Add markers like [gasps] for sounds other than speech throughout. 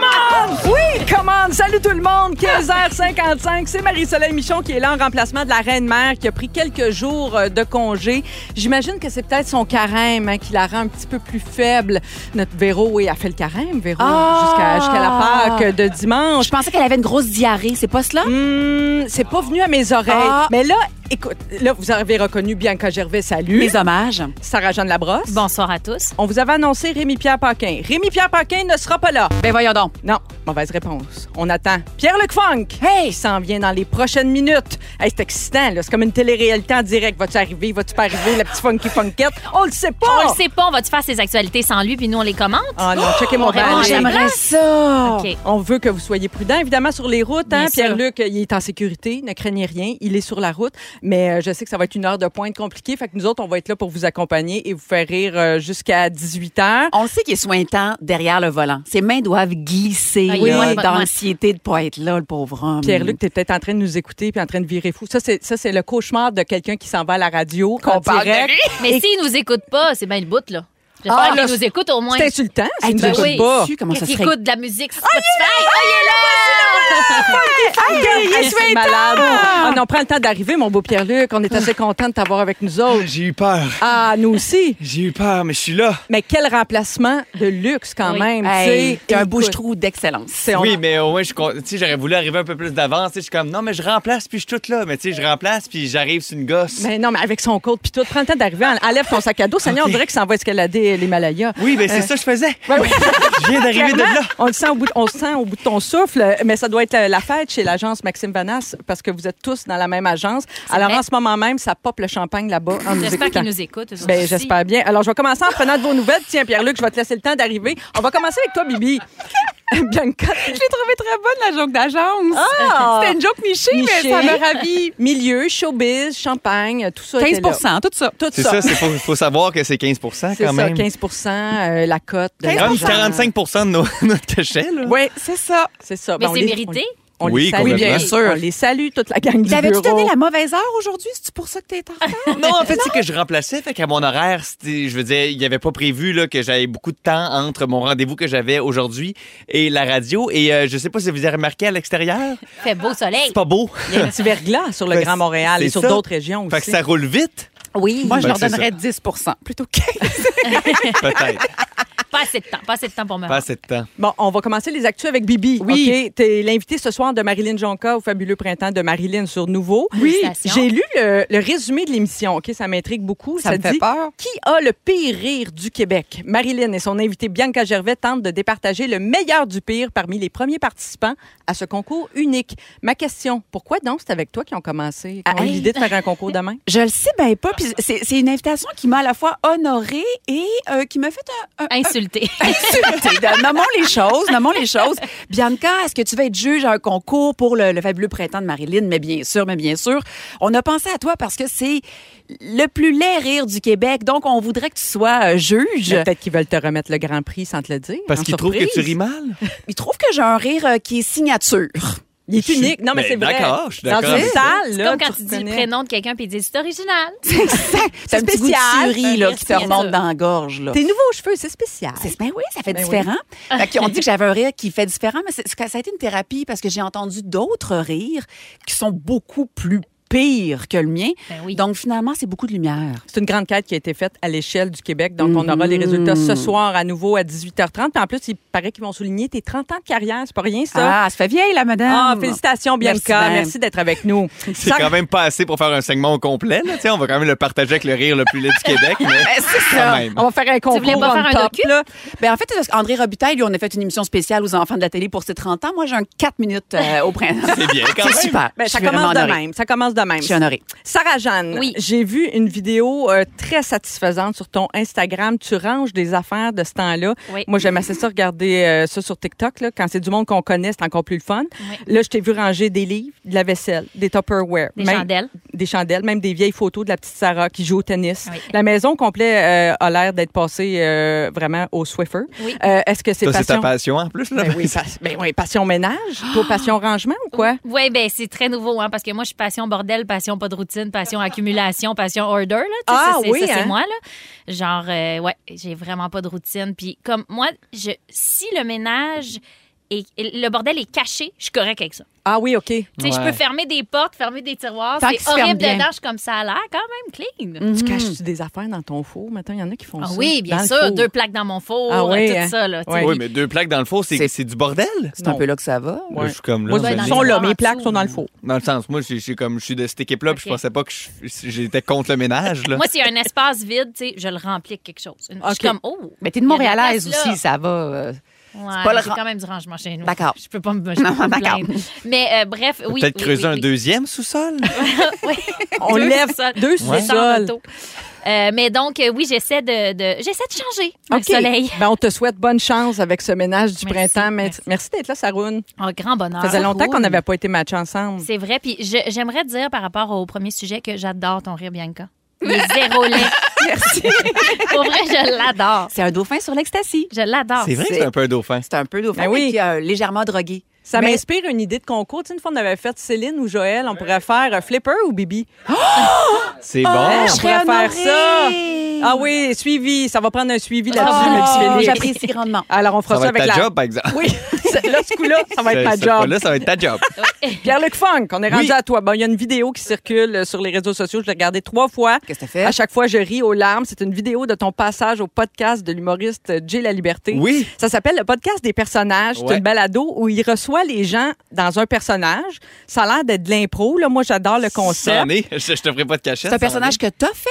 Ah Oui, commande! Salut tout le monde! 15h55, c'est Marie-Soleil Michon qui est là en remplacement de la reine-mère qui a pris quelques jours euh, de congé. J'imagine que c'est peut-être son carême hein, qui la rend un petit peu plus faible. Notre Véro, oui, a fait le carême, Véro, Ah! jusqu'à jusqu'à la Pâque de dimanche. [laughs] Je pensais qu'elle avait une grosse diarrhée, c'est pas cela? Hum, c'est pas venu à mes oreilles. Ah. Mais là, écoute, là, vous avez reconnu Bianca Gervais, salut. Les hommages. Sarah-Jeanne Labrosse. Bonsoir à tous. On vous avait annoncé Rémi-Pierre Paquin. Rémi-Pierre Paquin ne sera pas là. Ben voyons donc. Non, mauvaise réponse. On attend Pierre-Luc Funk. Il Hey! s'en vient dans les prochaines minutes. Hey, c'est excitant, là. C'est comme une télé-réalité en direct. Va-tu arriver? Va-tu pas arriver? La petite funky funkette? On le sait pas! On le sait pas, on va-tu faire ses actualités sans lui, puis nous, on les commente? Ah non, checkez mon on répond verre. jamais. J'aimerais ça. OK. On veut que vous soyez prudent, évidemment, sur les routes. hein. Bien sûr. Pierre-Luc, il est en sécurité, ne craignez rien, il est sur la route. Mais euh, je sais que ça va être une heure de pointe compliquée. Fait que nous autres, on va être là pour vous accompagner et vous faire rire euh, jusqu'à 18 heures. On le sait qu'il est sointant derrière le volant. Ses mains doivent glisser euh, Ah, il là, est pas- d'anxiété de pas être là, le pauvre homme. Pierre-Luc, t'es peut-être en train de nous écouter puis en train de virer fou. Ça, c'est, ça, c'est le cauchemar de quelqu'un qui s'en va à la radio. en direct. [laughs] Mais s'il nous écoute pas, c'est bien le bout, là. J'espère Ah, qu'il là, nous écoute au moins. C'est insultant, Hey, s'il nous ben écoute oui. pas. Comment ça Qu'il serait? écoute de la musique sur Spotify. Ah, Hey, je suis malade. Ah non, prends le temps d'arriver, mon beau Pierre-Luc. On est assez content de t'avoir avec nous autres. J'ai eu peur. Ah, nous aussi. J'ai eu peur, mais je suis là. Mais quel remplacement de luxe quand Oui. même. Hey, tu sais. t'as un Écoute, bouche-trou d'excellence. c'est- on- Oui, mais au moins, je suis con- tu sais, j'aurais voulu arriver un peu plus d'avance. tu sais, Je suis comme, non, mais je remplace, puis je suis toute là. Mais tu sais, je remplace, puis j'arrive sur une gosse. Mais non, mais avec son code puis tout, prends le temps d'arriver, en- enlève ton sac à dos. Seigneur, on dirait qu'il s'en va escalader l'Himalaya. Oui, mais c'est ça que je faisais. Ouais, ouais. [laughs] Je viens d'arriver de là. On le sent au bout, de, on se sent au bout de ton souffle, mais ça doit être euh, la, la fête chez l'agence Maxime Vanas parce que vous êtes tous dans la même agence. Alors vrai. en ce moment même, ça pop le champagne là-bas en nous J'espère écoutant. qu'il nous écoute. eux autres Ben, aussi. j'espère bien. Alors, je vais commencer en prenant de vos nouvelles. Tiens, Pierre-Luc, je vais te laisser le temps d'arriver. On va commencer avec toi, Bibi. [laughs] Bianca, Je l'ai trouvé très bonne, la joke d'agence. Ah! C'était une joke nichée, Nichée. mais ça me ravit. milieu, showbiz, champagne, tout ça. était là. 15 tout ça. Tout C'est ça. ça, c'est faut, faut savoir que c'est 15 C'est quand ça, même. 15 euh, la cote. de Comme l'argent. 45 de nos- [laughs] notre cachet, là. Oui, C'est ça. c'est ça. Mais Ben, on c'est les- mérité. On, on Oui, les salue, complètement. bien sûr. On les salue, toute la gang du T'avais-tu bureau. donné la mauvaise heure aujourd'hui? C'est-tu pour ça que t'es en [laughs] retard? Non, en fait, c'est que je remplaçais. Fait qu'à mon horaire, c'était- je veux dire, il n'y avait pas prévu là, que j'avais beaucoup de temps entre mon rendez-vous que j'avais aujourd'hui et la radio. Et euh, je sais pas si vous avez remarqué à l'extérieur, Fait beau soleil. c'est pas beau. Il y a un petit verglas sur le Ben, Grand Montréal et c'est sur ça. d'autres régions [laughs] Fait aussi. que ça roule vite, Oui. Moi, je Ben, leur c'est donnerais 10 plutôt que 15. peut-être. [laughs] Pas assez de temps. Pas assez de temps pour me Pas rendre. assez de temps. Bon, on va commencer les actus avec Bibi. Oui. OK, t'es l'invité ce soir de Marilyn Jonca au fabuleux printemps de Marilyn sur Nouveau. Félicitations. J'ai lu le, le résumé de l'émission. OK, ça m'intrigue beaucoup. Ça me fait dit, peur. Qui a le pire rire du Québec? Marilyn et son invitée Bianca Gervais tentent de départager le meilleur du pire parmi les premiers participants à ce concours unique. Ma question, pourquoi donc c'est avec toi qui ont commencé qu'on a eu hey. l'idée de faire un concours [laughs] demain? Je le sais bien pas. Puis c'est c'est une invitation qui m'a à la fois honorée et euh, qui m'a fait un- un, Insulté. insulté. De- [laughs] nommons les choses, nommons les choses. Bianca, est-ce que tu vas être juge à un concours pour le, le fabuleux printemps de Marilyn? Mais bien sûr, mais bien sûr. On a pensé à toi parce que c'est le plus laid rire du Québec. Donc, on voudrait que tu sois euh, juge. Mais Peut-être qu'ils veulent te remettre le grand prix sans te le dire. Parce en qu'ils trouvent que surprise. tu ris mal. Il trouve que j'ai un rire euh, qui est signature. Il est Je suis- unique. Non, mais, Ben, c'est vrai. d'accord, je suis Dans d'accord. une salle, [laughs] C'est là, comme quand tu dis le reconnais. prénom de quelqu'un puis ils disent c'est original. [laughs] C'est un petit goût de spécial. tuerie, là, qui te Yes, remonte yes. dans la gorge. Là. Tes nouveaux cheveux, c'est spécial. C'est- Ben oui, ça fait Ben [laughs] différent. on dit que j'avais un rire qui fait différent, mais c'est- ça a été une thérapie parce que j'ai entendu d'autres rires qui sont beaucoup plus pires que le mien. Ben oui. Donc finalement, c'est beaucoup de lumière. C'est une grande quête qui a été faite à l'échelle du Québec. Donc, on aura les résultats Mhm. ce soir à nouveau à 18h30. Puis en plus, il paraît qu'ils vont souligner tes 30 ans de carrière. C'est pas rien, ça. Ah, ça fait vieille, la madame. Ah, félicitations, Bianca. Merci Merci, bien. d'être avec [laughs] nous. C'est Sans- quand même pas assez pour faire un segment au complet. Là. Tu sais, On va quand même le partager avec le rire le plus laid [laughs] du Québec. Mais c'est quand ça. même. On va faire un concours. voulais pas on faire un top, docu? là. Ben, en fait, c'est parce qu'André Robitaille, lui, on a fait une émission spéciale aux enfants de la télé pour ses 30 ans. Moi, j'ai un 4 minutes euh, au printemps. C'est bien quand même. C'est super. Ben, Je ça suis vraiment commence de honorée. même. Ça commence de même. Je suis honorée. Sarah Jeanne, Oui. j'ai vu une vidéo euh, très satisfaisante sur ton Instagram. Tu ranges des affaires de ce temps-là. Oui. Moi, j'aime assez ça regarder euh, ça sur TikTok. là. Quand c'est du monde qu'on connaît, c'est encore plus le fun. Oui. Là, je t'ai vu ranger des livres, de la vaisselle, des Tupperware, Des même- chandelles. des chandelles, même des vieilles photos de la petite Sarah qui joue au tennis. Oui. La maison au complet euh, a l'air d'être passée euh, vraiment au Swiffer. Oui. Euh, Est-ce que c'est Ça, c'est ta passion? passion en plus, là. Ben oui, pas- ben oui, passion ménage, pas passion rangement ou quoi? Ah! Oui, ben c'est très nouveau, hein, parce que moi, je suis passion bordel, passion pas de routine, [laughs] passion accumulation, passion order. Là, tu sais, Ah, ça, c'est- oui, ça, c'est hein? moi. Là. Genre, euh, ouais, j'ai vraiment pas de routine. Puis comme moi, je, si le ménage et le bordel est caché, je suis correct avec ça. Ah oui, OK. Tu sais, Je Ouais. peux fermer des portes, fermer des tiroirs. Tant qu'il C'est se ferme horrible bien. dedans, je suis comme ça a l'air quand même clean. Tu caches-tu des affaires dans ton four? Maintenant, il y en a qui font Hmm. Ah ça. oui, bien Mhm. dans le sûr, four. deux plaques dans mon four, Ah oui, tout hein? ça. Là, tu sais. Ouais. Oui, mais deux plaques dans le four, c'est C'est- c'est du bordel. C'est un Non. peu là que ça va. Là, Je suis comme là. Moi, Ouais, je ils dans dis- sont les là, tiroirs mes en plaques dessous. sont dans le four. Dans le sens, moi, je suis comme, je suis de cet équipe-là, puis je Ok. pensais pas que je- j'étais contre le ménage. Là. Moi, s'il y a un espace vide, tu sais, je le remplis avec quelque chose. Je Ok. suis comme, oh. Mais t'es de il y a Montréalaise la place, là. aussi, ça va. euh, Ouais, pas le j'ai ra- quand même du rangement chez nous. D'accord. Je peux pas me, je peux pas me D'accord. plaindre. Mais euh, bref, oui. Peut-être oui, creuser oui, un oui. deuxième sous-sol. [laughs] Oui. On Deux lève sous-sols. deux Deux sous-sols. d'auto. Euh, mais donc, euh, oui, j'essaie de, de- j'essaie de changer le OK. soleil. Ben, on te souhaite bonne chance avec ce ménage du Merci, printemps. Mais- Merci, merci. d'être là, Saroune. Un grand bonheur. Ça faisait longtemps Cool. qu'on n'avait pas été match ensemble. C'est vrai. Puis je- j'aimerais dire par rapport au premier sujet que j'adore ton rire, Bianca. Il est [laughs] zéro lait. Merci. Pour vrai, je l'adore. C'est un dauphin sur l'ecstasy. Je Ah, l'adore. C'est vrai que c'est un peu un dauphin. C'est un peu dauphin, Ben oui. mais qui est légèrement drogué. Ça Mais- m'inspire une idée de concours. Tu sais, une fois, on avait fait Céline ou Joël. On pourrait faire euh, Flipper ou Bibi. C'est Ah, bon. Ah, je serais pourrait faire ça. honorée. Ah oui, suivi. Ça va prendre un suivi là-dessus, Ah, le petit Oh, Félix. J'apprécie grandement. Alors, on fera Ça ça, va être avec ta la... job, par exemple. Oui, [laughs] là, ce coup-là, ça va être ma Cette fois-là, job. ça va être ta job. Pierre-Luc Funk, on est rendu Oui. à toi. Bon, il y a une vidéo qui circule euh, sur les réseaux sociaux. Je l'ai regardée trois fois. Qu'est-ce que t'as fait? À chaque fois, je ris aux larmes. C'est une vidéo de ton passage au podcast de l'humoriste euh, Jay La Liberté. Oui. Ça s'appelle le podcast des personnages. C'est Ouais. une balado où il reçoit les gens dans un personnage. Ça a l'air d'être de l'impro. là. Moi, j'adore le C'en concept. est. Je, je te ferai pas de C'est cachette. un c'en personnage est. que t'as fait?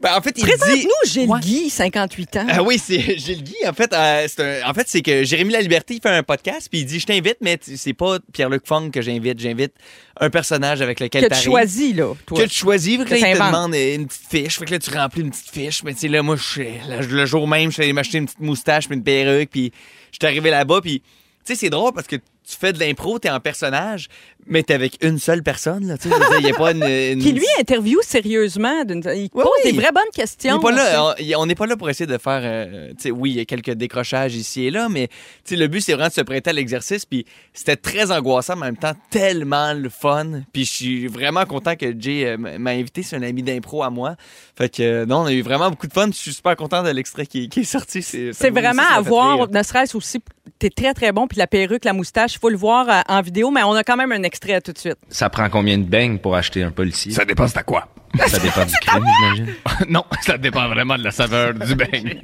Ben, en fait, il dit. Présente-nous Gilles Ouais. Guy, 58 ans. Ah oui, c'est [laughs] Gilles Guy. En fait, euh, c'est un- en fait, c'est que Jérémy Laliberté, il fait un podcast, puis il dit Je t'invite, mais tu- c'est pas Pierre-Luc Fong que j'invite. J'invite un personnage avec lequel que tu t'arrives. choisis, là, toi. Que tu choisis, fait que là, Que il te t'inventes. demande euh, une petite fiche. Fait que là, tu remplis une petite fiche. Mais tu sais, là, moi, je suis- là, je- le jour même, je suis allé m'acheter une petite moustache puis une perruque. Puis je suis arrivé là-bas. Puis, tu sais, c'est drôle parce que tu fais de l'impro, t'es en personnage, mais t'es avec une seule personne. Là, tu sais, je veux dire, il n'y a [laughs] pas une. une- Qui, lui, interview sérieusement. d'une- Il pose oui. des vraies bonnes Il est questions. pas là, on- on n'est pas là pour essayer de faire. euh, tu sais, oui, il y a quelques décrochages ici et là, mais tu sais, le but, c'est vraiment de se prêter à l'exercice. Puis c'était très angoissant, mais en même temps, tellement le fun. Puis je suis vraiment content que Jay euh, m- m'a invité. C'est un ami d'impro à moi. Fait que euh, non, on a eu vraiment beaucoup de fun. puis Je suis super content de l'extrait qui, qui est sorti. C'est C'est ça m'a- vraiment ça m'a à fait voir, rire. ne serait-ce aussi, t'es très, très bon, puis la perruque, la moustache, il faut le voir euh, en vidéo, mais on a quand même un extrait tout de suite. Ça prend combien de beignes pour acheter un policier? Ça dépend c'est à quoi? Ça dépend du crime, j'imagine. [laughs] non, ça dépend vraiment de la saveur [laughs] du beigne.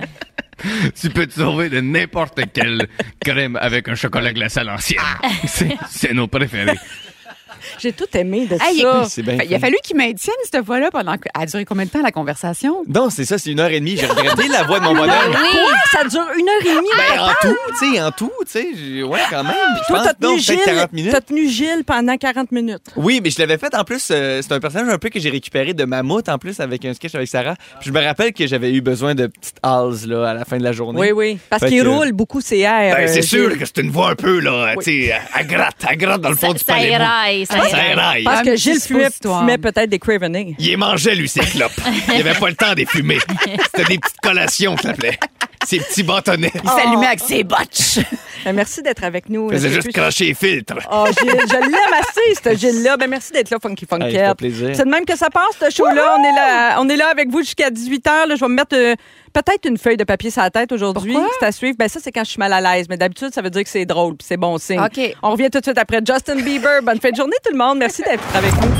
tu peux te sauver de n'importe quelle crème avec un chocolat glacé à l'ancienne. C'est- C'est nos préférés. J'ai tout aimé de Hey, ça. C'est bien. Fait- Il a fait. fallu qu'il maintienne cette voix-là pendant. que- Elle a duré combien de temps la conversation? Non, c'est ça, c'est une heure et demie. J'ai regretté la voix de mon bonhomme. Quoi? Ça dure une heure et demie. Ben, en tout, tu sais, en tout, tu sais, j'ai- ouais, quand même. Puis je Toi, t'as pense, non, tenu, peut-être 40 Gilles- minutes. t'as tenu Gilles pendant 40 minutes. Oui, mais je l'avais fait en plus. euh, c'est un personnage un peu que j'ai récupéré de Mammouth en plus avec un sketch avec Sarah. Puis je me rappelle que j'avais eu besoin de petites halls là à la fin de la journée. Oui, oui. Parce Fait qu'il que- roule beaucoup ses airs. Ben, euh, c'est Gilles. sûr que c'est une voix un peu, là, tu sais, à gratte, à gratte dans le fond Ça, du ça palais. éraille, ça Ça éraille. éraille. Parce que Ah, Gilles mais fumait, suppositoire. fumait peut-être des cravenings. Il les mangeait, lui, ses clopes. Il avait pas le temps des fumer. C'était des petites collations, ça s'appelait. Ces petits bâtonnets. Oh, Ah. Il s'allumait avec ses botches. Ben, merci d'être avec nous. Il faisait Je- juste cracher les filtres. Oh, Gilles, je l'aime assez, ce Gilles-là. Ben, merci d'être là, Funky Funkette. Hey, ça fait plaisir. C'est de même que ça passe, ce show-là. On, est là- on est là avec vous jusqu'à 18h. Je vais me mettre euh, peut-être une feuille de papier sur la tête aujourd'hui. C'est à suivre. Ben, ça, c'est quand je suis mal à l'aise. Mais d'habitude, ça veut dire que c'est drôle puis c'est bon signe. OK. On revient tout de suite après Justin Bieber. Bonne fin de journée, tout le monde. Merci d'être avec nous.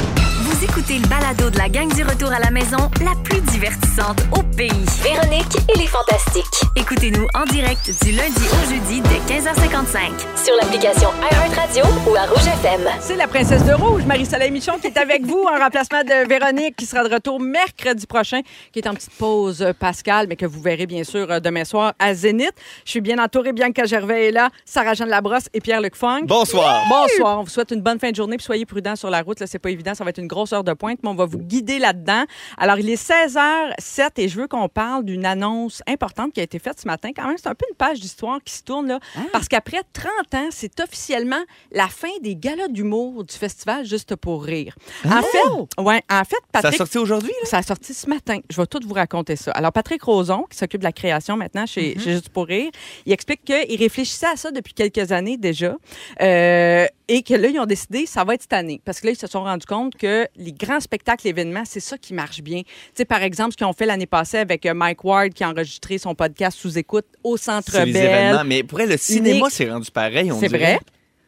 Vous écoutez le balado de la gang du retour à la maison, la plus divertissante au pays. Véronique et les Fantastiques. Écoutez-nous en direct du lundi au jeudi dès 15h55. Sur l'application iHeartRadio ou à Rouge FM. C'est la princesse de rouge, Marie-Soleil Michon, qui est avec vous en remplacement de Véronique, qui sera de retour mercredi prochain, qui est en petite pause euh, Pascal, mais que vous verrez bien sûr euh, demain soir à Zénith. Je suis bien entourée, Bianca Gervais est là, Sarah-Jeanne Labrosse et Pierre-Luc Funk. Bonsoir. Bonsoir, on vous souhaite une bonne fin de journée, puis soyez prudents sur la route, là, c'est pas évident, ça va être une grosse chasseurs de pointe, mais on va vous guider là-dedans. Alors, il est 16h07 et je veux qu'on parle d'une annonce importante qui a été faite ce matin. Quand même, c'est un peu une page d'histoire qui se tourne, là, Ah. parce qu'après 30 ans, c'est officiellement la fin des galas d'humour du festival Juste pour rire. En fait, ouais, en fait, Ah. Ça a Patrick... sorti aujourd'hui? Ça a sorti ce matin. Je vais tout vous raconter ça. Alors, Patrick Roson, qui s'occupe de la création maintenant chez, Mm-hmm. chez Juste pour rire, il explique qu'il réfléchissait à ça depuis quelques années déjà euh, et que là, ils ont décidé ça va être cette année. Parce que là, ils se sont rendus compte que les grands spectacles, événements, c'est ça qui marche bien. Tu sais, par exemple, ce qu'ils ont fait l'année passée avec euh, Mike Ward qui a enregistré son podcast sous écoute au Centre C'est les Bell. événements. Mais pour elle, le cinéma Unique. s'est rendu pareil, on C'est dirait. vrai.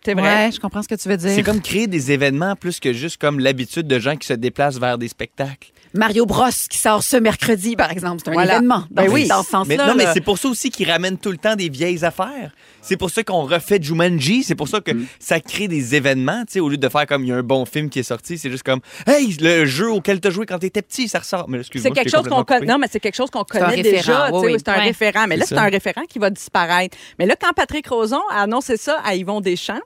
C'est vrai. je comprends ce que tu veux C'est dire. comme créer des événements plus que juste comme l'habitude de gens qui se déplacent vers des spectacles. Mario Bros qui sort ce mercredi, par exemple. C'est un Voilà. événement dans, Ben ce- oui. dans ce Mais, sens-là. non, mais là. c'est pour ça aussi qu'ils ramènent tout le temps des vieilles affaires. C'est pour ça qu'on refait Jumanji. C'est pour ça Mm-hmm. que ça crée des événements. tu sais, Au lieu de faire comme il y a un bon film qui est sorti, c'est juste comme Hey, le jeu auquel tu as joué quand tu étais petit, ça ressort. Mais C'est excuse-moi, je quelque t'ai chose qu'on complètement connaît. coupé. Non, mais c'est quelque chose qu'on connaît un déjà. référent, tu sais, oui, oui. C'est un Ouais. référent. Mais là, C'est c'est ça. un référent qui va disparaître. Mais là, quand Patrick Roson a annoncé ça à Yvon Deschamps,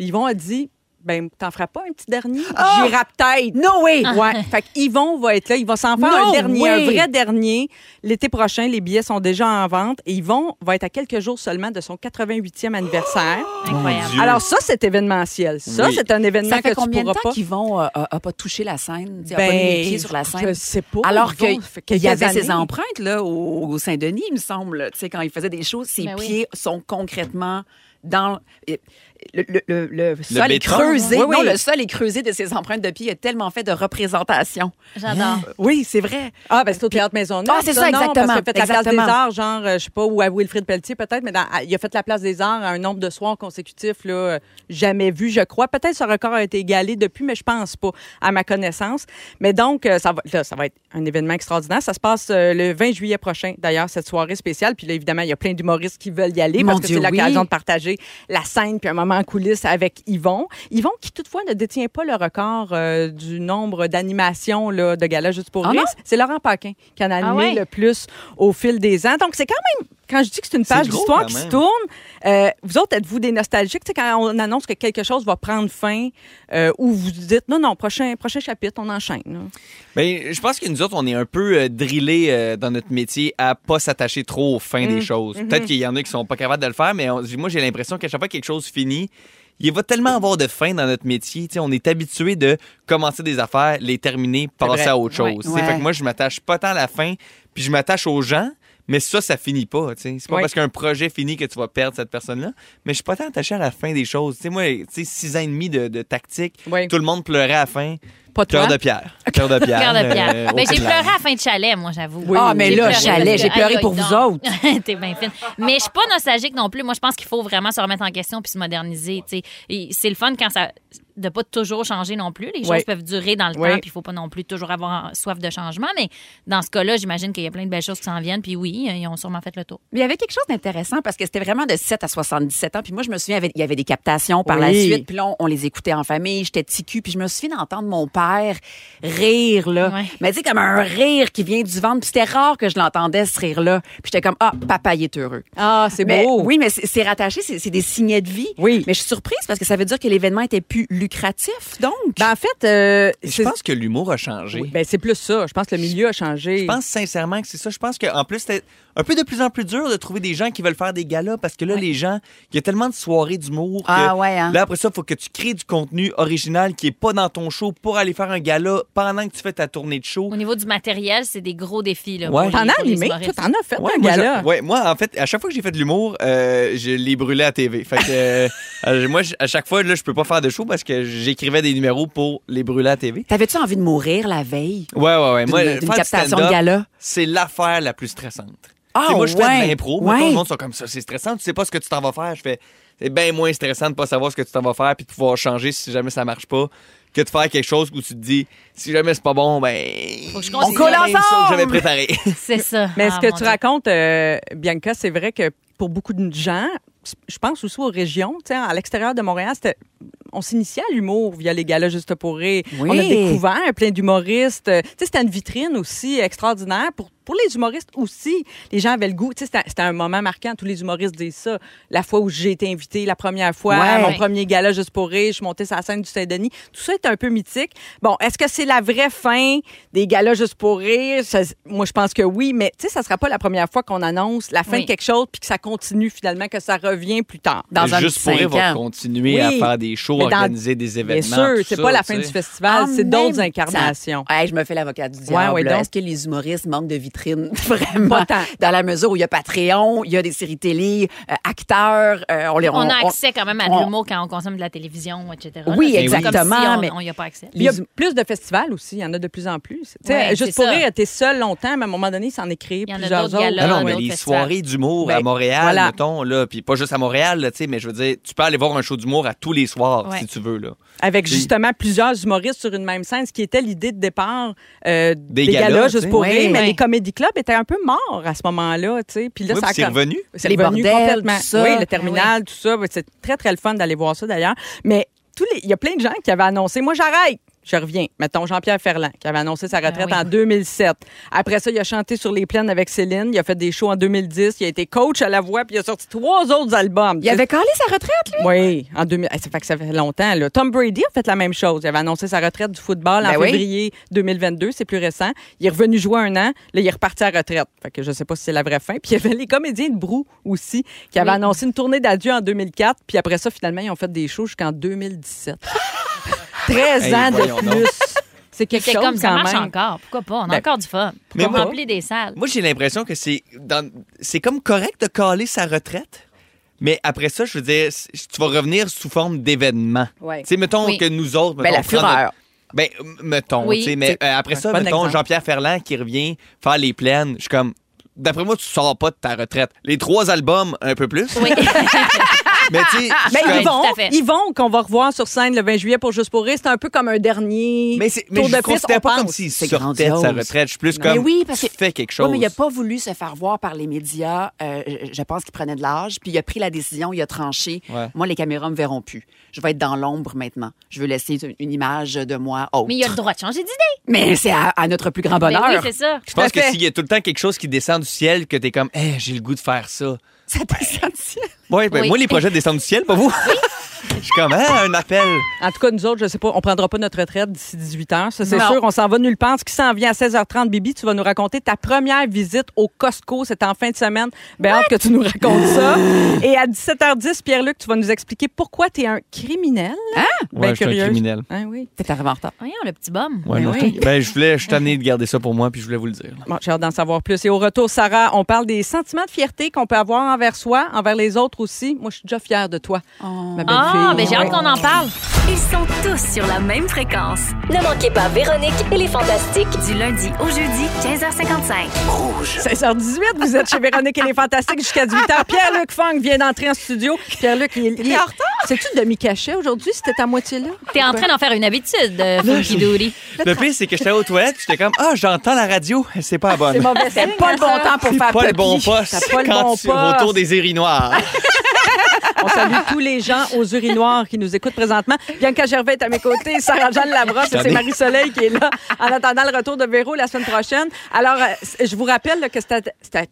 Yvon a dit Ben, t'en feras pas un petit dernier Ah! J'irai [laughs] peut-être. No way! Ouais. Fait que Yvon va être là. Il va s'en faire No un dernier, Ah. way! un vrai dernier. L'été prochain, les billets sont déjà en vente. Et Yvon va être à quelques jours seulement de son 88e anniversaire. Incroyable. Dieu. Alors, ça, c'est événementiel. Ça, Oui. c'est un événement Ça que tu fait combien de pourras temps pas. qu'ils vont euh, euh, a pas touché la scène, tu sais, a pas Ben, mis les pieds sur la Je scène? sais pas. Alors Yvon, ça que- Oh, fait qu'il y quelques avait ses années. empreintes là, au, au Saint-Denis, il me semble. Tu sais, quand il faisait des choses, ses Ben oui. pieds sont concrètement dans... et- Le, le- le- le sol est béton. creusé. Oui, oui. Non, le sol est creusé de ses empreintes de pieds. Il a tellement fait de représentations. J'adore. Oui, c'est vrai. Ah, ben c'est au Théâtre Maisonneuve. Ah, c'est ça, non, exactement, Parce qu'il a fait la place des exactement. arts, genre, euh, je sais pas, ou à Wilfrid Pelletier peut-être, mais dans- à- il a fait la place des arts à un nombre de soirs consécutifs, là, euh, jamais vu, je crois. Peut-être ce record a été égalé depuis, mais je pense pas, à ma connaissance. Mais donc, euh, ça va, là, ça va être un événement extraordinaire. Ça se passe euh, le 20 juillet prochain, d'ailleurs, cette soirée spéciale. Puis là, évidemment, il y a plein d'humoristes qui veulent y aller Mon parce que Dieu, c'est l'occasion oui. de partager la scène puis un moment en coulisses avec Yvon. Yvon qui, toutefois, ne détient pas le record euh, du nombre d'animations là, de gala juste pour Ah rire. C'est Laurent Paquin qui en a Ah animé ouais? le plus au fil des ans. Donc, c'est quand même, quand je dis que c'est une C'est page gros, d'histoire quand qui se même. tourne, euh, vous autres, êtes-vous des nostalgiques? Tu sais, quand on annonce que quelque chose va prendre fin, euh, ou vous dites, non, non, prochain, prochain chapitre, on enchaîne. là. Ben, je pense que nous autres, on est un peu euh, drillés euh, dans notre métier à pas s'attacher trop aux fins Mm. des choses. Mm-hmm. Peut-être qu'il y en a qui sont pas capables de le faire, mais on- moi, j'ai l'impression qu'à chaque fois que quelque chose finit, il va tellement avoir de fin dans notre métier. Tu sais, on est habitué de commencer des affaires, les terminer, passer vrai. à autre Ouais. chose. Tu sais, Ouais. Fait que moi, je m'attache pas tant à la fin, puis je m'attache aux gens. Mais ça, ça finit pas. tu sais. C'est pas Ouais. parce qu'un projet finit que tu vas perdre cette personne-là. Mais je suis pas tant attaché à la fin des choses. Tu sais, moi, tu sais, six ans et demi de, de tactique, Ouais. tout le monde pleurait à la fin. Pas toi. Cœur de pierre. [laughs] Cœur de pierre. Pierre de Pierre. euh, Ben, au j'ai Finlande. pleuré à la fin de chalet, moi, j'avoue. Ah, mais là, J'ai pleuré parce chalet, que- j'ai pleuré Aïe, pour aïe, vous donc. autres. [laughs] T'es bien fine. Mais je suis pas nostalgique non plus. Moi, je pense qu'il faut vraiment se remettre en question puis se moderniser. tu sais. Et C'est le fun quand ça de pas toujours changer non plus. Les choses Ouais. peuvent durer dans le Ouais. temps, puis il faut pas non plus toujours avoir soif de changement. Mais dans ce cas-là, j'imagine qu'il y a plein de belles choses qui s'en viennent. Puis oui, ils ont sûrement fait le tour. Mais il y avait quelque chose d'intéressant parce que c'était vraiment de 7 à 77 ans. Puis moi, je me souviens, il y avait, il y avait des captations par la Oui. suite. Puis là, on, on les écoutait en famille. J'étais ticu. Puis je me souviens d'entendre mon père rire, là. Ouais. Mais tu sais, comme un rire qui vient du ventre. Puis c'était rare que je l'entendais, ce rire-là. Puis j'étais comme, ah, papa, il est heureux. Ah, c'est Mais- beau. Oui, mais c'est c'est rattaché, c'est c'est des signets de vie. Oui. Mais je suis surprise parce que ça veut dire que l'événement était plus lucratif, donc. Ben, en fait, euh, Je c'est- pense que l'humour a changé. ben, c'est plus ça. Je pense que le milieu a changé. Je pense sincèrement que c'est ça. Je pense qu'en plus, c'était un peu de plus en plus dur de trouver des gens qui veulent faire des galas parce que là, les gens, il y a tellement de soirées d'humour. que Ah ouais, hein. Là, après ça, il faut que tu crées du contenu original qui est pas dans ton show pour aller faire un gala pendant que tu fais ta tournée de show. Au niveau du matériel, c'est des gros défis. Là, pour Ouais. les- T'en as pour les animé? humoristes. Toi, t'en as fait Ouais, un moi, gala. j'a- ouais, moi, en fait, à chaque fois que j'ai fait de l'humour, euh, je l'ai brûlé à TV. Fait que, euh, euh, moi, j- à chaque fois, là, je peux pas faire de show parce que j'écrivais des numéros pour les brûler à TV. T'avais-tu envie de mourir la veille? Ouais, ouais, ouais. Moi, D'une- d'une faire du captation de stand-up, gala. C'est l'affaire la plus stressante. Ah, Tu sais, moi, je fais ouais. de l'impro. Ouais. Tout le monde sont comme ça. C'est stressant. Tu sais pas ce que tu t'en vas faire. Je fais. C'est bien moins stressant de pas savoir ce que tu t'en vas faire puis de pouvoir changer si jamais ça marche pas que de faire quelque chose où tu te dis si jamais c'est pas bon, ben. que je continue. c'est quand On colle même ça que ensemble. [laughs] j'avais préparé. C'est ça. Mais ce Ah, que mon tu Dieu. racontes, euh, Bianca, c'est vrai que pour beaucoup de gens, je pense aussi aux régions, tu sais, à l'extérieur de Montréal, c'était on s'initiait à l'humour via les galas Juste pour rire. Oui. On a découvert plein d'humoristes. Euh, Tu sais, c'était une vitrine aussi extraordinaire pour, pour les humoristes aussi. Les gens avaient le goût. Tu sais, c'était- c'était un moment marquant. Tous les humoristes disent ça. La fois où j'ai été invitée, la première fois, Ouais. mon premier gala Juste pour rire, je suis montée sur la scène du Saint-Denis. Tout ça est un peu mythique. Bon, est-ce que c'est la vraie fin des galas Juste pour rire? Ça- moi, je pense que oui, mais tu sais, ça sera pas la première fois qu'on annonce la fin Oui. de quelque chose puis que ça continue finalement, que ça revient plus tard. Dans un Juste pour cinq rire, va ans. continuer Oui. à faire des shows, Mais dans- organiser des Bien événements. sûr, tout c'est ça, pas la tu fin sais. du festival, En Ah, c'est d'autres Ah, même incarnations. temps. Hey, je me fais l'avocat du Ouais, diable. ouais, donc. Est-ce que les humoristes manquent de vitrine [laughs] vraiment Pas tant. dans la mesure où il y a Patreon, il y a des séries télé, euh, acteurs, euh, on les On a accès quand même à de on- l'humour quand on consomme de la télévision, etc. Oui, Là, c'est pas exactement, comme si on- mais- on n'y a pas accès. Puis Il y a Les- plus de festivals aussi, il y en a de plus en plus. Tu sais, Ouais, juste c'est pour ça. rire, t'es seul longtemps, mais à un moment donné, il s'en est créé Il y en a plusieurs d'autres autres. galas. Non, non, dans mais d'autres les festivals. soirées d'humour Ben, à Montréal, voilà. mettons, là, puis pas juste à Montréal, là, tu sais, mais je veux dire, tu peux aller voir un show d'humour à tous les soirs, Ouais. si tu veux, là. Avec Puis- justement plusieurs humoristes sur une même scène, ce qui était l'idée de départ euh, des, Des galas, galas, tu juste sais. pour Oui, rire, mais oui. les comédie clubs étaient un peu morts à ce moment-là, tu sais. Puis là, Oui, ça a puis c'est comme- revenu. C'est Les revenu bordels, complètement. tout ça. Oui, le terminal, tout ça. C'est très, très le fun d'aller voir ça, d'ailleurs. Mais tous les- il y a plein de gens qui avaient annoncé, moi, j'arrête. Je reviens. Mettons Jean-Pierre Ferland, qui avait annoncé sa retraite oui. Ben en 2007. Après ça, il a chanté sur les plaines avec Céline. Il a fait des shows en 2010. Il a été coach à la voix, puis il a sorti trois autres albums. Il avait calé sa retraite, lui? Oui, en 2000. eh, Ça fait que ça fait longtemps. Là. Tom Brady a fait la même chose. Il avait annoncé sa retraite du football en Ben oui. février 2022. C'est plus récent. Il est revenu jouer un an. Là, il est reparti à la retraite. Fait que je sais pas si c'est la vraie fin. Puis il y avait les comédiens de Brou aussi qui avaient annoncé une tournée d'adieu en 2004. Puis après ça, finalement, ils ont fait des shows jusqu'en 2017. [laughs] 13 Hey, ans de voyons donc. plus. C'est quelque C'est chose comme ça quand marche même. encore. Pourquoi pas? On a Ben, encore du fun. mais Pourquoi moi- remplir des salles? Moi, j'ai l'impression que c'est dans... c'est comme correct de caler sa retraite, mais après ça, je veux dire, c- tu vas revenir sous forme d'événement. Ouais. Tu sais, mettons Oui. que nous autres... Ben, mettons, la on prend fureur. Ben, m- mettons, Oui. tu sais, mais euh, après un ça, bon mettons, exemple. Jean-Pierre Ferland qui revient faire les plaines, je suis comme... D'après moi, tu sors pas de ta retraite. Les trois albums, un peu plus. Oui. [laughs] Mais tu sais, Mais je Ben, suis Ouais, Ben, ils comme- tout vont, à fait. ils vont qu'on va revoir sur scène le 20 juillet pour Juste pour rire. C'est un peu comme un dernier Mais, c'est, mais tour je de ne piste. considère on pas pense. comme s'il C'est sortait de sa grandiose. retraite. Je suis plus Non. comme, Mais oui, parce tu que- fais quelque Oui, chose. mais il n'a pas voulu se faire voir par les médias. Euh, je- je pense qu'il prenait de l'âge, puis il a pris la décision, il a tranché. Ouais. Moi, les caméras me verront plus. Je vais être dans l'ombre maintenant. Je veux laisser une- une image de moi autre. Mais il a le droit de changer d'idée. [laughs] Mais c'est à, à notre plus grand Ben bonheur. oui, c'est ça. Je Tout à pense que fait. s'il y a tout le temps quelque chose qui descend du ciel, que t'es comme, eh, j'ai le goût de faire ça. Ça descend du ciel. Ouais, ben, Oui. moi, les projets descendent du ciel, pas vous. [laughs] je suis comme, ah, un appel. En tout cas, nous autres, je sais pas, on prendra pas notre retraite d'ici 18 h Ça, c'est Non. sûr. On s'en va nulle part. Ce qui s'en vient à 16h30, Bibi, tu vas nous raconter ta première visite au Costco. C'est en fin de semaine. Ben, hâte que tu nous racontes ça. Et à 17h10, Pierre-Luc, tu vas nous expliquer pourquoi tu es un criminel. Ben, Ouais, je suis un curieuse. criminel. Ah Hein, oui. T'es arrivé en retard. Voyons, le petit bum. Ouais, Ben non, oui. je- ben, je voulais, je suis tanné de garder ça pour moi, puis je voulais vous le dire. Bon, j'ai hâte d'en savoir plus. Et au retour, Sarah, on parle des sentiments de fierté qu'on peut avoir envers soi, envers les autres aussi. Moi, je suis déjà fière de toi, ma belle Ah, fille. mais j'ai hâte qu'on en parle. Ils sont tous sur la même fréquence. Ne manquez pas Véronique et les Fantastiques. Du lundi au jeudi, 15h55. 16h18, vous êtes chez Véronique et les Fantastiques jusqu'à 18h. Pierre-Luc Fang vient d'entrer en studio. Pierre-Luc, il, il est en retard. C'est-tu demi-cachet aujourd'hui? C'était à moitié là? T'es en train d'en faire une habitude, euh, Funky Doody. Le pire, c'est que j'étais aux toilettes, puis j'étais comme, ah, j'entends la radio, c'est pas la bonne. C'est mauvais signe, Pas le bon ça. temps pour faire pas le pipi. bon poste T'as pas le quand bon tu retournes poste. des [laughs] urinoirs. On salue tous les gens aux urinoirs qui nous écoutent présentement. Bianca Gervais est à mes côtés, Sarah-Jeanne Labrosse et c'est Marie-Soleil qui est là en attendant le retour de Véro la semaine prochaine. Alors, euh, je vous rappelle là, que c'était c'était-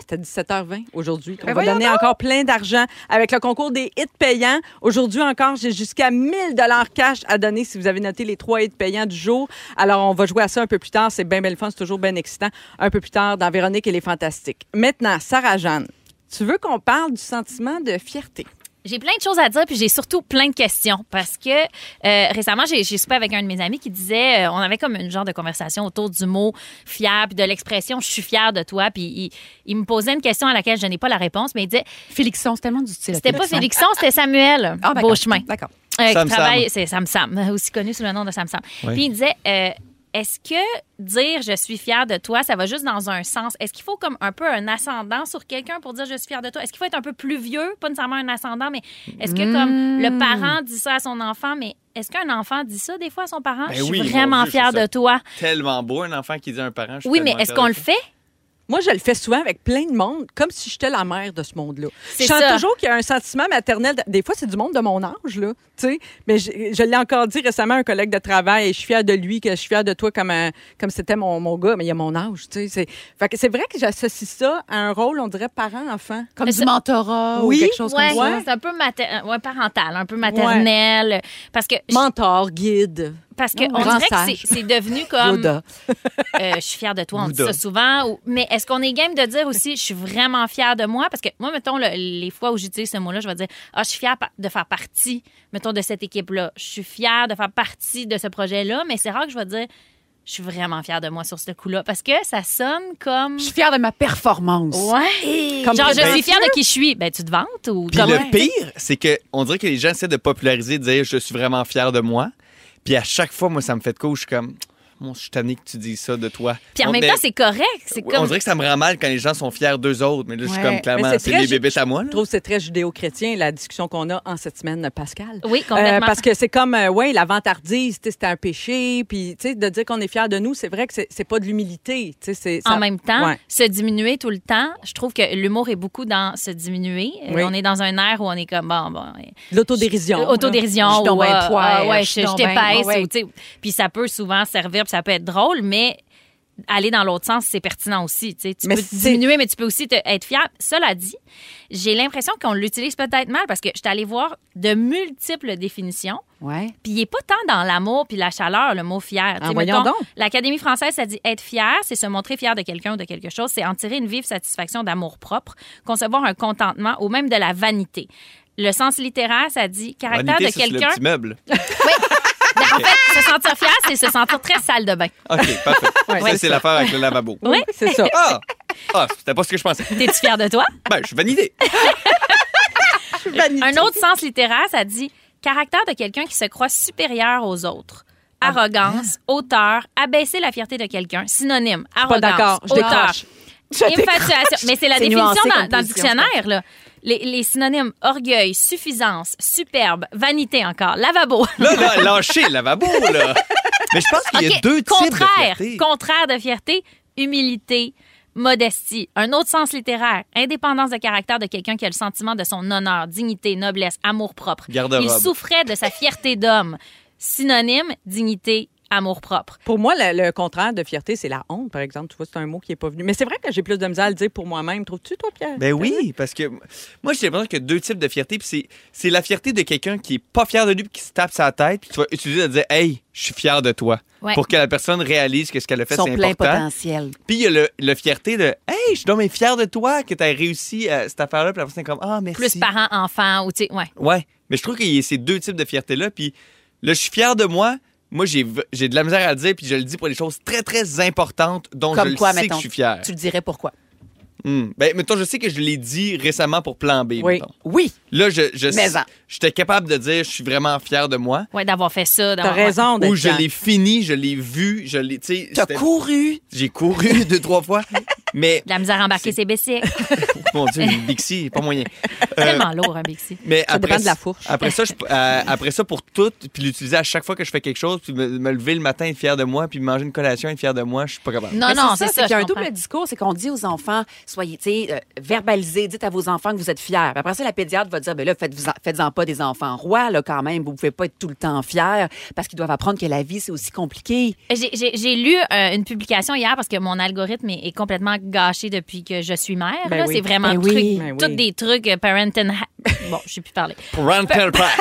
c'était 17h20 aujourd'hui. On va donner encore plein d'argent avec le concours des hits payants. Aujourd'hui encore, j'ai jusqu'à 1000 dollars cash à donner si vous avez noté les trois hits payants du jour. Alors, on va jouer à ça un peu plus tard. C'est bien, bien le fun. C'est toujours bien excitant. Un peu plus tard dans Véronique et les Fantastiques. Maintenant, Sarah-Jeanne. Tu veux qu'on parle du sentiment de fierté? J'ai plein de choses à dire, puis j'ai surtout plein de questions. Parce que euh, récemment, j'ai, j'ai soupé avec un de mes amis qui disait euh, on avait comme une genre de conversation autour du mot fier, puis de l'expression je suis fier de toi. Puis il, il me posait une question à laquelle je n'ai pas la réponse, mais il disait Félixon, c'est tellement du style. c'était pas Félixon, c'était Samuel Ah, d'accord. Beauchemin. D'accord. Euh, Sam qui travaille, c'est Sam Sam, [laughs] euh, aussi connu sous le nom de Sam Sam. Puis il disait, euh, est-ce que dire je suis fier de toi, ça va juste dans un sens? Est-ce qu'il faut comme un peu un ascendant sur quelqu'un pour dire je suis fier de toi? Est-ce qu'il faut être un peu plus vieux, pas nécessairement un ascendant, mais est-ce que comme le parent dit ça à son enfant, mais est-ce qu'un enfant dit ça des fois à son parent? Ben je suis oui, mon vraiment Dieu, je fier trouve ça de toi. tellement beau, un enfant qui dit à un parent. je suis Oui, mais tellement est-ce fier de qu'on le toi. fait? Moi, je le fais souvent avec plein de monde, comme si j'étais la mère de ce monde-là. Je C'est sens ça. toujours qu'il y a un sentiment maternel. de- Des fois, c'est du monde de mon âge, là. Tu sais, mais je, je l'ai encore dit récemment à un collègue de travail, je suis fière de lui, que je suis fière de toi comme un- comme c'était mon, mon gars, mais il y a mon âge, tu sais. C'est- fait que C'est vrai que j'associe ça à un rôle, on dirait parent-enfant. Comme Mais du ça- mentorat Oui. ou quelque chose Ouais, comme ça. c'est un peu mater- ouais, parental, un peu maternel. Parce que, Mentor, guide. parce que Non, on grand dirait que sage. c'est- c'est devenu comme Yoda. euh, je suis fière de toi, on dit Bouddha. ça souvent. ou- mais est-ce qu'on est game de dire aussi je suis vraiment fière de moi? Parce que moi, mettons, le- les fois où j'utilise ce mot-là, je vais dire ah, je suis fière pa- de faire partie, mettons, de cette équipe-là. Je suis fière de faire partie de ce projet-là, mais c'est rare que je vais dire je suis vraiment fière de moi sur ce coup-là. Parce que ça sonne comme. Je suis fière de ma performance. Ouais. Comme Genre, je prétentieux. suis fière de qui je suis. Ben, tu te vantes ou Puis comme- le pire, c'est que on dirait que les gens essaient de populariser, de dire je suis vraiment fier de moi. Puis à chaque fois, moi, ça me fait de coup, je suis comme. Moi, je suis tanné que tu dises ça de toi. Puis en On- même mais- temps, c'est correct. C'est Oui, On comme. dirait que ça me rend mal quand les gens sont fiers d'eux autres, mais là, je suis Ouais. comme clairement, Mais c'est c'est très des ju- bébés à moi. là. Je trouve que c'est très judéo-chrétien, la discussion qu'on a en cette semaine, Pascal. Oui, complètement. Euh, parce que c'est comme, euh, ouais, la vantardise, tu sais, c'est un péché. Puis, tu sais, de dire qu'on est fier de nous, c'est vrai que c'est c'est pas de l'humilité. tu sais, c'est- ça- en même temps, Ouais. se diminuer tout le temps, je trouve que l'humour est beaucoup dans se diminuer. Euh, Oui. On est dans un air où on est comme bon, bon. euh, L'autodérision. euh, Autodérision. Je suis donc ou, ben euh, poire, ah, ouais, je suis je, je donc ben- t'épaisse. ouais. ou, tu sais, Puis ça peut souvent servir, puis ça peut être drôle, mais aller dans l'autre sens, c'est pertinent aussi. tu sais. Tu Mais peux te c'est- diminuer, mais tu peux aussi te- être fier. Cela dit, j'ai l'impression qu'on l'utilise peut-être mal parce que je suis allée voir de multiples définitions. Ouais. Puis il n'est pas tant dans l'amour puis la chaleur, le mot fier. Tu sais, Ah, voyons mettons, donc. L'Académie française, ça dit être fier, c'est se montrer fier de quelqu'un ou de quelque chose, c'est en tirer une vive satisfaction d'amour propre, concevoir un contentement ou même de la vanité. Le sens littéraire, ça dit caractère Vanité, de ça, c'est le quelqu'un. petit meuble. Ben, [laughs] en fait, se sentir fier, c'est se sentir très sale de bain. [laughs] OK, parfait. Ouais, ça, c'est l'affaire avec le lavabo. Oui, c'est ça. Ah! Ah, c'était pas ce que je pensais. T'es-tu fier de [laughs] toi? Ben, je suis validé. Un autre sens littéraire, ça dit caractère de quelqu'un qui se croit supérieur aux autres. Ah. Arrogance, hauteur, abaisser la fierté de quelqu'un, synonyme. Pas Arrogance, d'accord. Je hauteur, [laughs] décroche. Je décroche. Infatuation. Mais c'est la C'est définition nuancé dans, comme dans le position, je dictionnaire. Là. Les, les synonymes orgueil, suffisance, superbe, vanité encore, lavabo. Là, là, lâchez le lavabo, là. Mais je pense qu'il y a OK, deux types de contraire, fierté. contraire de fierté, humilité, modestie. Un autre sens littéraire, indépendance de caractère de quelqu'un qui a le sentiment de son honneur, dignité, noblesse, amour-propre. Garde-robe. Il souffrait de sa fierté d'homme. Synonyme, dignité, amour-propre. Pour moi, le, le contraire de fierté, c'est la honte, par exemple. Tu vois, c'est un mot qui n'est pas venu. Mais c'est vrai que j'ai plus de misère à le dire pour moi-même. Trouves-tu, toi, Pierre? Ben oui, parce que moi, j'ai l'impression qu'il y a deux types de fierté. Puis c'est- c'est la fierté de quelqu'un qui est pas fier de lui, puis qui se tape sa tête. Puis tu vas utiliser de dire, hey, je suis fier de toi. Ouais. Pour que la personne réalise que ce qu'elle a fait, Son c'est plein important. potentiel. Puis il y a le, le fierté de, hey, je suis donc bien fier de toi que tu as réussi à cette affaire-là. Puis la personne est comme, ah, merci. Plus parent-enfant, ou tu sais, ouais. Ouais, mais je trouve qu'il y a ces deux types de fierté-là. Puis là, je suis fier de moi. Moi, j'ai v- j'ai de la misère à le dire, puis je le dis pour les choses très, très importantes dont je Comme le quoi, sais mettons? que je suis fier. Tu le dirais pourquoi? Hmm. Ben, mettons, je sais que je l'ai dit récemment pour Plan B, Oui. mettons. Oui. Là, je, je Mais en. j'étais capable de dire je suis vraiment fier de moi. Ouais, d'avoir fait ça. T'as d'avoir- raison d'être Ou je dans- l'ai fini, je l'ai vu, je l'ai, tu sais, T'as j'étais- couru. j'ai couru deux, [laughs] trois fois, mais oh De la misère à embarquer ses [laughs] bicycles. mon Dieu, le Bixi, pas moyen. Euh, Tellement lourd, un Bixi. Mais Ça après, dépend de la fourche. Après ça, je- euh, après ça, pour tout, puis l'utiliser à chaque fois que je fais quelque chose, puis me, me lever le matin être fier de moi, puis manger une collation être fier de moi, je suis pas capable. Non, Mais non, c'est ça. qu'il y a je un comprends. double discours, c'est qu'on dit aux enfants, soyez, tu sais, euh, verbalisez, dites à vos enfants que vous êtes fiers. Puis après ça, la pédiatre va dire, ben là, faites-vous en- faites-en pas des enfants rois, là, quand même. Vous pouvez pas être tout le temps fiers parce qu'ils doivent apprendre que la vie, c'est aussi compliqué. J'ai- J'ai j'ai lu euh, une publication hier parce que mon algorithme est, est complètement gâché depuis que je suis mère. Ben là. oui. C'est vraiment Ben truc, oui. Ben tous oui. des trucs euh, parenting hack. [laughs] Bon, je sais plus parler. Parental pack.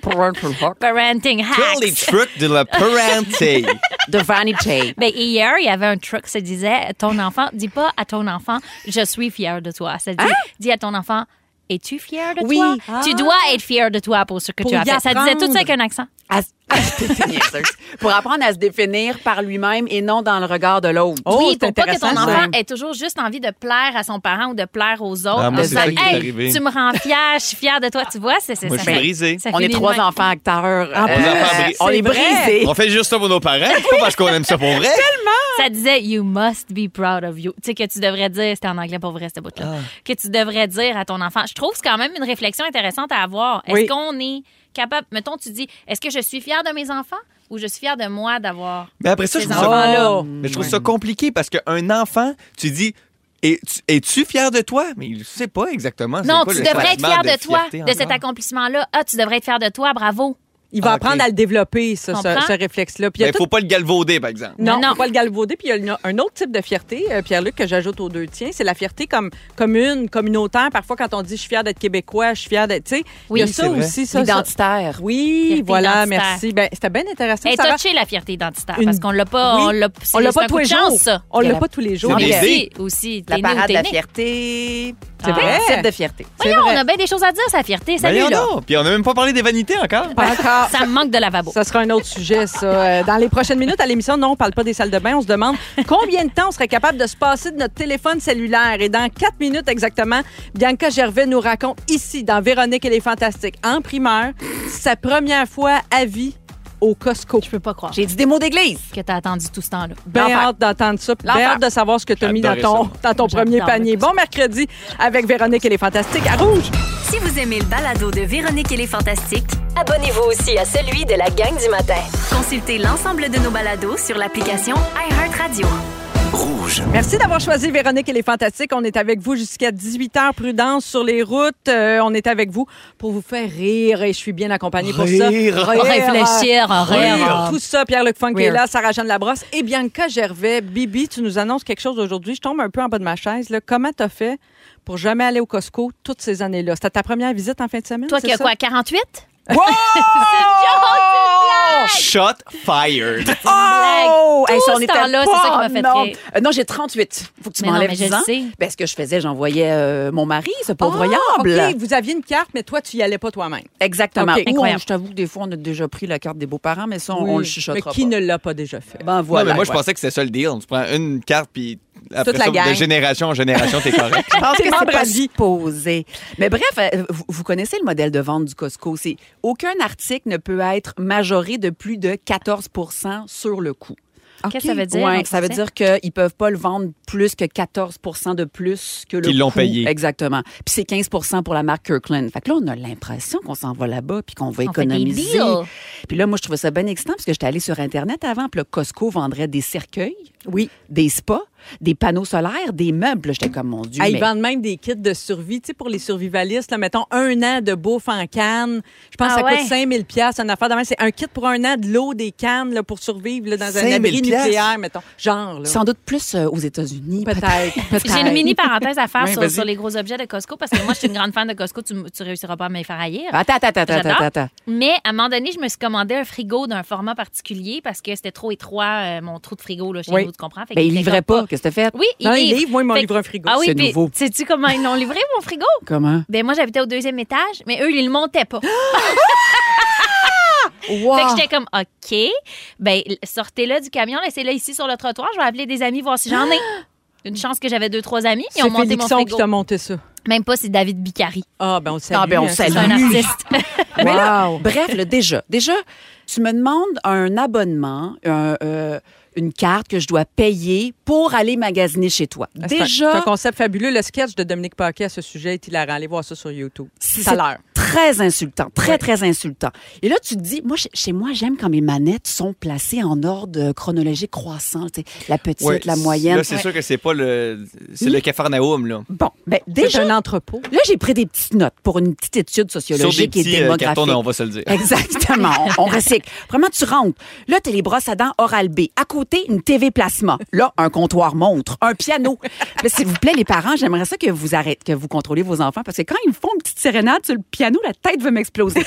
Parental pack. Parenting Tous les hacks. trucs de la parenté. [laughs] De vanity. Ben, hier, il y avait un truc, ça disait ton enfant, dis pas à ton enfant, je suis fier de toi. Ça dit, dis à ton enfant, es-tu fier de Oui. toi? Tu dois être fier de toi pour ce que Pour tu as y fait. Ça disait tout ça avec apprendre. un accent. À s- T'es niaiseuse. Pour apprendre à se définir par lui-même et non dans le regard de l'autre. Oh, oui, c'est pour pas que ton intéressant, enfant ça. ait toujours juste envie de plaire à son parent ou de plaire aux autres. Ah, moi, en c'est disant, ça qui est Hey, arrivé. Tu me rends fière, je suis fière de toi. Tu vois, c'est c'est Moi, je ça. suis fait- brisé. ça On est finit de trois même. enfants acteurs. euh, Euh, plus, enfants bris- on c'est est vrai. brisés. On fait juste ça pour nos parents. C'est pas parce qu'on aime ça pour vrai. Ça disait You must be proud of you. Tu sais, que tu devrais dire, c'était en anglais pour vrai, cette Ah. bout-là, que tu devrais dire à ton enfant. Je trouve que c'est quand même une réflexion intéressante à avoir. Est-ce Oui. qu'on est capable, mettons, tu dis, est-ce que je suis fière de mes enfants? ou je suis fière de moi d'avoir. Mais après ça, Ces je trouve, ça, enfants-là. mais je trouve ça compliqué parce qu'un enfant, tu dis. Es-tu, es-tu fier de toi? Mais il ne sait pas exactement. c'est Non, pas tu le devrais être fière sentiment de, toi, fierté de cet encore. accomplissement-là. Ah, tu devrais être fière de toi, bravo. Il va Ah, ok. apprendre à le développer, ce, ce- Comprends? ce réflexe-là. Puis il y Ben, a tout- faut pas le galvauder, par exemple. Non, Non, non. faut pas le galvauder. Puis il y a un autre type de fierté, euh, Pierre-Luc, que j'ajoute aux deux tiens. C'est la fierté comme commune, communautaire. Parfois, quand on dit je suis fier d'être québécois, je suis fier d'être. Tu sais, il Oui. y a Oui, ça c'est vrai. aussi, ça. ça. Identitaire. Oui, Fierté voilà, identitaire. merci. Ben, c'était bien intéressant. Et Ça va- toucher la fierté identitaire Une- parce qu'on l'a pas. Oui. On l'a, On l'a c'est un pas tous coup les de chance, jours. ça. On l'a Pierre- pas tous les jours. C'est Mais des idées. si, aussi. La t'es né ou parade de t'es la né. fierté. C'est vrai. Un type de fierté. Voyons, on a bien des choses à dire, sa fierté. Salut, Voyons là. donc. Puis on n'a même pas parlé des vanités encore. Pas encore. Ça me manque de lavabo. Ça sera un autre sujet, ça. Euh, Dans les prochaines minutes à l'émission, non, on parle pas des salles de bain. On se demande combien de temps on serait capable de se passer de notre téléphone cellulaire. Et dans quatre minutes exactement, Bianca Gervais nous raconte ici, dans Véronique et les Fantastiques, en primeur, sa première fois à vie au Costco. Je peux pas croire J'ai dit des mots d'église. que t'as attendu tout ce temps-là. Bien L'enfer. hâte d'entendre ça. puis Bien L'enfer. hâte de savoir ce que tu as mis dans J'adorais ton, dans ton premier J'adore le panier. Costco. Bon mercredi avec Véronique et les Fantastiques à Rouge. Si vous aimez le balado de Véronique et les Fantastiques, Abonnez-vous aussi à celui de la gang du matin. consultez l'ensemble de nos balados sur l'application iHeartRadio. Merci d'avoir choisi Véronique et les Fantastiques. On est avec vous jusqu'à 18h. Prudence sur les routes. Euh, on est avec vous pour vous faire rire. Et je suis bien accompagnée pour ça. Rire. [laughs] Réfléchir, Rire. rire. Tout ça, Pierre-Luc Funk Rire. est là, Sarah-Jeanne Labrosse et Bianca Gervais. Bibi, tu nous annonces quelque chose aujourd'hui. Je tombe un peu en bas de ma chaise. Là. Comment t'as fait pour jamais aller au Costco toutes ces années-là? C'était ta première visite en fin de semaine? Toi c'est qui as ça? quoi, 48? Shot fired. Oh! Oh! Tout Hey, ça, on ce était temps-là, c'est pas- ça qui m'a fait non. rire. Euh, non, j'ai 38. Faut que tu Mais non, m'enlèves mais je 10 le ans. sais. Ben, ce que je faisais, j'envoyais euh, mon mari, ce Ah, pauvre OK, yable. vous aviez une carte, mais toi, tu y allais pas toi-même. Exactement. OK. Ou on- Incroyable. je t'avoue que des fois, on a déjà pris la carte des beaux-parents, mais ça, on, Oui. on le chuchotera Mais qui pas. ne l'a pas déjà fait? Ben voilà. non, mais moi, je ouais. pensais que c'était ça le deal. Tu prends une carte, puis après Toute la ça, gang. de génération en génération, t'es correct. [laughs] Je pense que T'es c'est membre à pas vie. supposé. Mais bref, euh, vous, vous connaissez le modèle de vente du Costco. C'est aucun article ne peut être majoré de plus de 14 sur le coût. Qu'est-ce que ça veut dire? Ouais, en ça veut français? dire qu'ils ne peuvent pas le vendre plus que 14 de plus que le Qu'ils l'ont coût. payé. Exactement. Puis c'est 15 pour la marque Kirkland. Fait que là, on a l'impression qu'on s'en va là-bas puis qu'on va On fait des économiser. deals. Puis là, moi, je trouvais ça bien excitant parce que j'étais allée sur Internet avant. Puis le Costco vendrait des cercueils, Oui. des spas, des panneaux solaires, des meubles. J'étais comme, mon Dieu, Ah, ils mais- vendent même des kits de survie, tu sais, pour les survivalistes. Là, mettons un an de bouffe en canne. Je pense Ah que ça ouais? coûte 5000 pièces une affaire de même. C'est un kit pour un an de l'eau, des cannes là, pour survivre là, dans un 5 000 abri piastres? nucléaire, mettons. Genre, là. Sans doute plus euh, aux États-Unis. Peut-être. peut-être. [laughs] J'ai une mini parenthèse à faire Oui, sur, vas-y. sur les gros objets de Costco parce que moi, je suis une grande fan de Costco. Tu, m- tu réussiras pas à me les faire haïr. Attends, attends, attends, attends, J'adore. attends, attends. Mais à un moment donné, je me suis commandé un frigo d'un format particulier parce que c'était trop étroit, euh, mon trou de frigo là, chez Oui. nous, tu comprends? Fait Ben, qu'il il était livrait comme pas. Qu'est-ce que t'as fait? Oui, il Non, ils livre. livrent. Moi, ils m'ont Fait- livré un frigo. Ah oui, C'est puis nouveau. Sais-tu comment ils l'ont livré, mon frigo? Comment? Ben moi, j'habitais au deuxième étage, mais eux, ils le montaient pas. Ah! Wow. Fait que j'étais comme, OK, ben sortez-le du camion, laissez-le ici sur le trottoir, je vais appeler des amis, voir si j'en ai. Une chance que j'avais deux, trois amis qui ont Ah! C'est monté mon Félixon qui frigo. t'a monté ça. Même pas, c'est David Bicari. Ah, ben on le salue. Ah, ben, on hein. le C'est salue. un artiste. Mais là, bref, là, déjà, déjà, tu me demandes un abonnement, un, euh, une carte que je dois payer pour aller magasiner chez toi. Ah, c'est un- C'est un Déjà, concept fabuleux. Le sketch de Dominique Paquet à ce sujet est hilarant. Allez voir ça sur YouTube. c'est Tout à l'heure. très insultant, très, très insultant. Et là, tu te dis, moi, chez- chez moi, j'aime quand mes manettes sont placées en ordre chronologique croissant. tu sais, La petite, Ouais, la moyenne. Là, c'est sûr que c'est pas le. C'est le Capharnaüm, là. Bon, ben, C'est déjà, un entrepôt. là, j'ai pris des petites notes pour une petite étude Sur des sociologique et petits euh, démographique. cartons, on va se le dire. [laughs] Exactement. On, on recycle. Vraiment, tu rentres. Là, t'as les brosses à dents oral B. À côté, une TV plasma. Là, un comptoir montre, un piano. Mais s'il vous plaît, les parents, j'aimerais ça que vous arrêtez, que vous contrôlez vos enfants parce que quand ils me font une petite sérénade sur le piano, la tête veut m'exploser.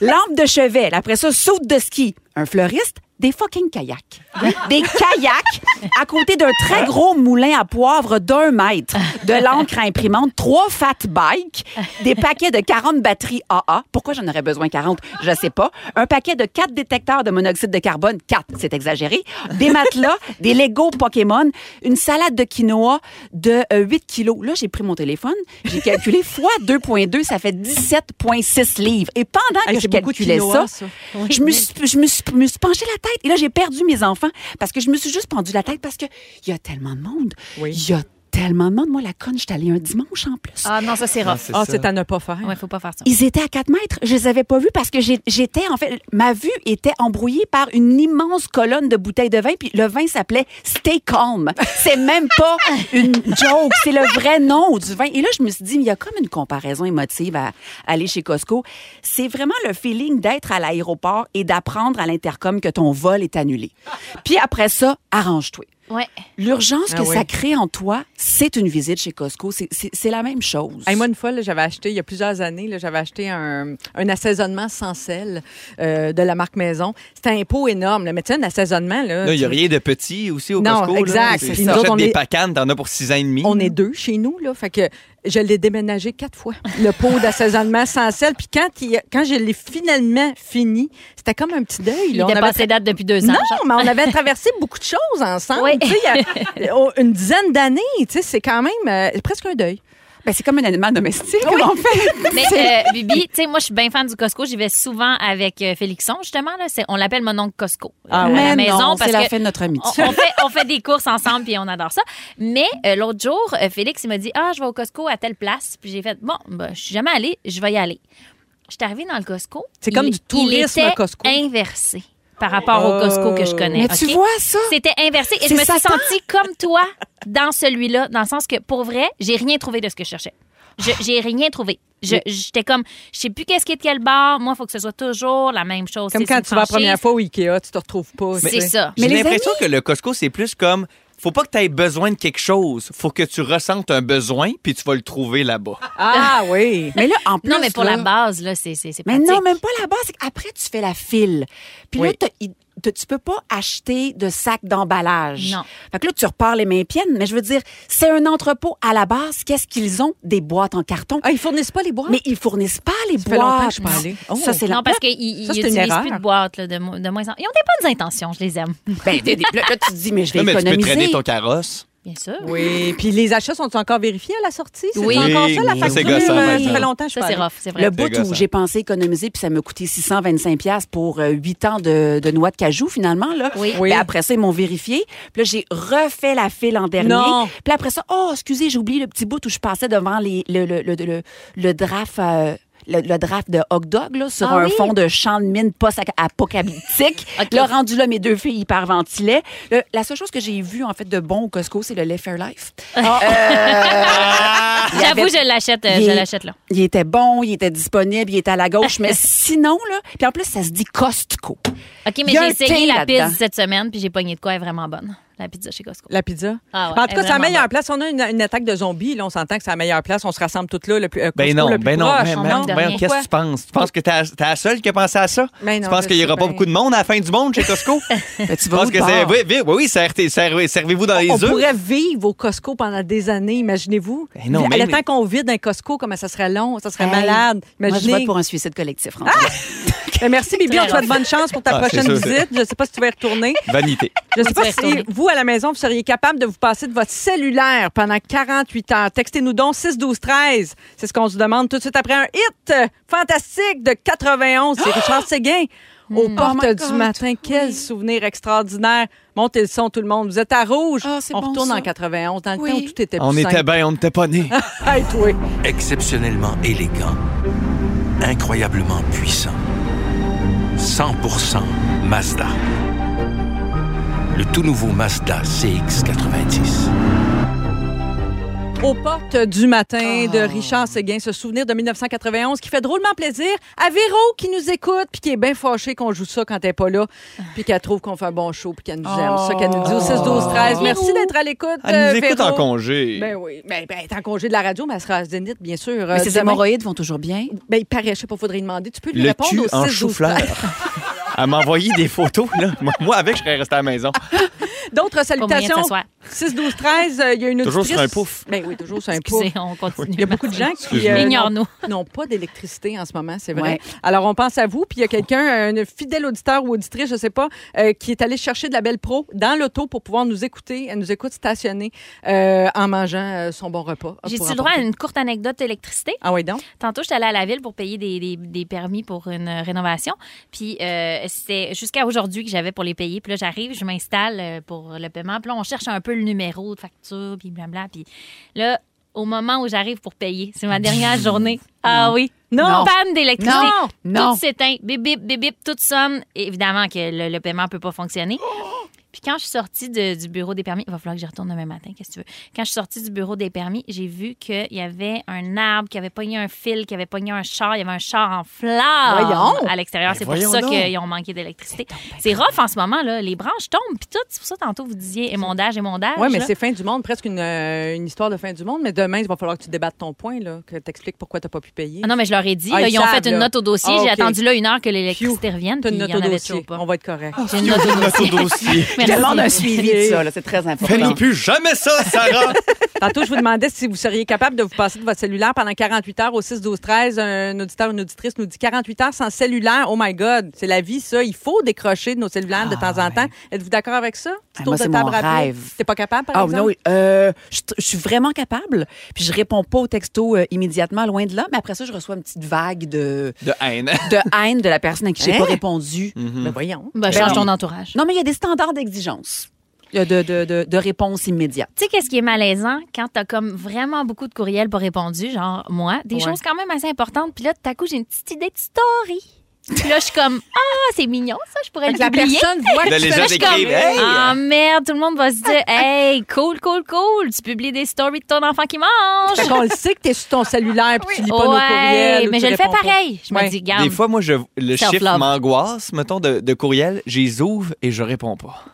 Lampe de chevet. Après ça, saute de ski. Un fleuriste. Des fucking kayaks. Des kayaks à côté d'un très gros moulin à poivre d'un mètre, de l'encre à imprimante, trois fat bikes, des paquets de 40 batteries AA. Pourquoi j'en aurais besoin 40? Je sais pas. Un paquet de quatre détecteurs de monoxyde de carbone. Quatre, c'est exagéré. Des matelas, des Lego Pokémon, une salade de quinoa de euh, 8 kilos. Là, j'ai pris mon téléphone, j'ai calculé fois 2.2, ça fait 17.6 livres. Et pendant Hey, c'est que je beaucoup de calculais quinoa, ça, ça. je me suis, je me suis- me suis penchée la tête. Et là, j'ai perdu mes enfants parce que je me suis juste pendu la tête parce que il y a tellement de monde. Il Oui. y a tellement de monde. Moi, la conne, je suis allée un dimanche en plus. Ah non, ça, c'est Non, rough. c'est Ah, ça. c'est à ne pas faire. Ouais, faut pas faire ça. Ils étaient à 4 mètres. Je les avais pas vus parce que j'ai- j'étais, en fait, ma vue était embrouillée par une immense colonne de bouteilles de vin. Puis le vin s'appelait Stay Calm. C'est même pas une joke. C'est le vrai nom du vin. Et là, je me suis dit, il y a comme une comparaison émotive à aller chez Costco. C'est vraiment le feeling d'être à l'aéroport et d'apprendre à l'intercom que ton vol est annulé. Puis après ça, arrange-toi. Ouais. L'urgence Ah que oui. ça crée en toi, c'est une visite chez Costco. C'est- C'est c'est la même chose. Hey, moi, une fois, là, j'avais acheté, il y a plusieurs années, là, j'avais acheté un, un assaisonnement sans sel euh, de la marque Maison. C'était un pot énorme. Le médecin d'assaisonnement, là. Non, il n'y a tu- rien de petit aussi au Non, Costco. là. exact, Tu c'est tu ça. Nous autres, achètes on des est- pacanes, t'en as pour six ans et demi. On est deux chez nous, là. Fait que je l'ai déménagé quatre fois, le pot d'assaisonnement sans sel. Puis quand, il- quand je l'ai finalement fini, c'était comme un petit deuil. Il là. On avait dépasse ses dates depuis deux ans. Non, genre. mais on avait traversé beaucoup de choses ensemble. Oui. Tu sais, il y a oh, une dizaine d'années, tu sais, c'est quand même euh, presque un deuil. Ben, c'est comme un animal domestique. en fait. [laughs] Mais euh, Bibi, tu sais, moi, je suis bien fan du Costco. J'y vais souvent avec euh, Félixon, justement. Là. C'est- On l'appelle mon oncle Costco. euh, Ah à ouais. la Mais maison non, parce c'est la que fin de notre on, amitié. on fait, on fait des courses ensemble puis on adore ça. Mais euh, l'autre jour, euh, Félix, il m'a dit Ah, je vais au Costco à telle place. Puis j'ai fait Bon, ben, je suis jamais allée, je vais y aller. Je suis arrivée dans le Costco. C'est comme Il- du tourisme il était Costco. Euh, inversé par rapport au Costco que je connais. Mais tu OK? vois ça? C'était inversé et je C'est me suis Satan. sentie comme toi dans celui-là, dans le sens que pour vrai, j'ai rien trouvé de ce que je cherchais. Ah! Je- J'ai rien trouvé. Je- J'étais comme, je sais plus qu'est-ce qui est de quel bar. Moi, il faut que ce soit toujours la même chose. Comme C'est quand une tu vas la première franchise. fois au Ikea, tu te retrouves pas. tu C'est sais. ça. J'ai Mais les l'impression que le Costco, c'est plus comme. Faut pas que tu aies besoin de quelque chose. Faut que tu ressentes un besoin, puis tu vas le trouver là-bas. Ah oui. [laughs] Mais là, en plus. Non, mais pour là- la base, là, c'est c'est- c'est Mais pratique. non, même pas la base. c'est qu'après, tu fais la file. Puis là, Oui. t'as- il- t'as- tu peux pas acheter de sac d'emballage. Non. Fait que là, tu repars les mains piennes. Mais je veux dire, c'est un entrepôt à la base. Qu'est-ce qu'ils ont? Des boîtes en carton. Ah, ils fournissent pas les boîtes. Mais ils fournissent pas les Ça fait boîtes. longtemps que je suis pas allée. Oh. Ça, c'est la- Non, parce qu'ils Ça, c'est une n'utilisent plus de erreur. boîte là, de, mo- de moins en Ils ont des bonnes intentions, je [laughs] les aime. [laughs] Ben, t'es- t'es- là, là, tu te dis, mais je vais Là, mais tu peux économiser. traîner ton carrosse. Bien sûr. Oui, puis les achats sont encore vérifiés à la sortie? C'est Oui. encore ça, la Oui, ça, c'est facture? gossant, euh, maintenant. ça fait longtemps que je suis Ça, c'est pas allée. rough, c'est vrai. Le C'est bout gossant. où j'ai pensé économiser, puis ça m'a coûté 625$ piastres pour 8 ans de, de noix de cajou, finalement. Là. Oui. Ben, après ça, ils m'ont vérifié. Puis là, j'ai refait la file en dernier. Non. Puis après ça, oh, excusez, j'ai oublié le petit bout où je passais devant les, le, le, le, le, le draft... euh, le, le draft de hot dog là, sur Ah un oui. fond de champ de mine post-apocalyptique. [laughs] Ok. Là, rendu là, mes deux filles hyperventilaient. Le- la seule chose que j'ai vue, en fait, de bon au Costco, c'est le lait Fairlife. Ah. Euh, il y J'avoue, avait- je l'achète, euh, Il je est- l'achète là. il était bon, il était disponible, il était à la gauche, mais sinon, là, puis en plus, ça se dit Costco. OK, Il mais y a j'ai un essayé thé la pizza là-dedans. cette semaine, puis j'ai pogné de quoi, elle est vraiment bonne. La pizza chez Costco. La pizza. Ah ouais, en tout cas, elle est c'est la vraiment meilleure bonne. place. On a une, une attaque de zombies. Là, on s'entend que c'est la meilleure place. On se rassemble toutes là. Le plus, euh, Ben Costco, non, le plus ben non, proche, ben, on ben, manque de ben, rien. qu'est-ce que tu penses? Tu penses que t'es la- t'es la seule qui a pensé à ça? Ben non, tu penses je qu'il n'y sais aura pas bien. beaucoup de monde à la fin du monde chez [laughs] Costco? Ben, tu Je vas pense au que c'est. bar. Oui, oui, oui, oui, servez- servez- servez-vous dans les on œufs. pourrait vivre au Costco pendant des années, imaginez-vous. Ben non, Le- même- Le temps qu'on vide un Costco, comment ça serait long, ça serait Hey, malade. Moi, je vote Imaginez. pour un suicide collectif, François. Ben, merci, Bibi. On te souhaite bonne chance pour ta Ah, c'est prochaine sûr, visite. Je ne sais pas si tu vas y retourner. [laughs] Vanité. Je ne sais Tu vas pas y si retourner. vous, à la maison, vous seriez capable de vous passer de votre cellulaire pendant 48 heures. Textez-nous donc 6 12 13 C'est ce qu'on se demande tout de suite après un hit euh, fantastique de 91. C'est [gasps] Richard Séguin. Aux portes Mm. Oh my du God, matin, quel souvenir extraordinaire. Montez le son, tout le monde. Vous êtes à rouge. Ah, c'est on bon, retourne ça. en 91, dans le Oui. temps où tout était plus On était simple. Euh, bien, on n'était pas nés. [laughs] Hey, toi. exceptionnellement élégant, incroyablement puissant. 100% Mazda. Le tout nouveau Mazda CX90. Aux portes du matin Ah. de Richard Séguin, ce souvenir de 1991 qui fait drôlement plaisir à Véro qui nous écoute puis qui est bien fâchée qu'on joue ça quand elle n'est pas là puis qu'elle trouve qu'on fait un bon show puis qu'elle nous aime. C'est ça qu'elle nous dit au 6 12 13. Merci d'être à l'écoute. euh, Ah. Elle nous écoute Véro. en congé. Ben oui, ben, ben, elle est en congé de la radio, mais elle sera à Zénith, bien sûr. euh, Mais ses demain. hémorroïdes vont toujours bien. Ben, il paraît, je sais pas, faudrait lui demander. Tu peux lui le répondre cul au en 6 12 [laughs] chou-fleur. Elle m'a envoyé des photos, là. Moi- Moi, avec, je serais resté à la maison. Ah, D'autres moyen de salutations. s'asseoir. 6 12 13, euh, il y a une auditrice. Toujours sur un pouf. Ben oui, toujours sur un pouf. Excusez, on continue. Il y a beaucoup de gens qui euh, Excuse-moi. Ignore-nous. n'ont- n'ont pas d'électricité en ce moment, c'est vrai. Ouais. Alors, on pense à vous. Puis, il y a quelqu'un, un fidèle auditeur ou auditrice, je ne sais pas, euh, qui est allé chercher de la belle pro dans l'auto pour pouvoir nous écouter. Elle nous écoute stationner euh, en mangeant euh, son bon repas. euh, J'ai-tu pour le droit à emporter. une courte anecdote d'électricité? Ah oui, donc? Tantôt, j'étais allée à la ville pour payer des, des- des permis pour une rénovation. Puis euh, c'était jusqu'à aujourd'hui que j'avais pour les payer. Puis là, j'arrive, je m'installe euh, pour le paiement. Puis là, on cherche un peu le numéro de facture, puis blabla. Puis là, au moment où j'arrive pour payer, c'est [laughs] ma dernière journée. Ah oui. Non. Non. Panne d'électricité. Non. Non. Tout s'éteint. Bip, bip, bip, bip, toute somme. Et Évidemment que le, le paiement ne peut pas fonctionner. Puis quand je suis sortie de- du bureau des permis, il va falloir que j'y retourne demain matin, qu'est-ce que tu veux? Quand je suis sortie du bureau des permis, j'ai vu qu'il y avait un arbre qui avait pogné un fil, qui avait pogné un char, il y avait un char en flammes Voyons! à l'extérieur. Ben C'est pour voyons ça donc. qu'ils ont manqué d'électricité. C'est rough en ce moment, là. Les branches tombent, puis tout. C'est pour ça, tantôt, vous disiez émondage, émondage. Oui, mais là. c'est fin du monde, presque une, euh, une histoire de fin du monde. Mais demain, il va falloir que tu débattes ton point, là, que tu expliques pourquoi tu n'as pas pu payer. Ah non, mais je leur ai dit. Ah, là, ils ils ont savent, fait là. une note au dossier. Ah, J'ai OK. attenité là une heure que l'électricité revienne. Tu as Puis une il note y en au avait toujours dossier. pas. On va être correct. J'ai une note au dossier. dossier. [laughs] [laughs] Merci. demande un suivi de ça, là, c'est très important. Fais-nous plus jamais ça, Sarah! Tantôt, je vous demandais si vous seriez capable de vous passer de votre cellulaire pendant 48 heures au 6 12 13 Un auditeur ou une auditrice nous dit 48 heures sans cellulaire. Oh my God, c'est la vie, ça. Il faut décrocher de nos cellulaires de temps en temps. Êtes-vous d'accord avec ça? Petit Ah, tour moi, de c'est table mon rapide. rêve. T'es pas capable, par Ah exemple? non, euh, je, je suis vraiment capable. Puis je réponds pas au texto euh, immédiatement, loin de là. Mais après ça, je reçois une petite vague de, De [laughs] haine. de haine de la personne à qui j'ai Hein? pas répondu. Ben voyons. Ben, change ton entourage. Non, mais il y a des standards d'exigence. Il y a de, de, de, de réponse immédiate. Tu sais, qu'est-ce qui est malaisant quand t'as comme vraiment beaucoup de courriels pas répondus, genre moi, des choses quand même assez importantes, puis là, tout à coup, j'ai une petite idée de story. Puis là, je suis comme, ah, c'est mignon, ça, je pourrais Fait le que la publier. personne voit que Là, tu les fais- Là, gens je suis comme, écrivent, hey! ah merde, tout le monde va se [laughs] dire, hey, cool, cool, cool, tu publies des stories de ton enfant qui mange. Fait qu'on le sait que t'es sur ton cellulaire puis tu lis pas nos courriels. ou mais tu je le fais réponds pas. pareil. Je Ouais. me dis, garde. Des fois, moi, je, le Self-love. chiffre m'angoisse, mettons, de, de courriel, je les ouvre et je réponds pas.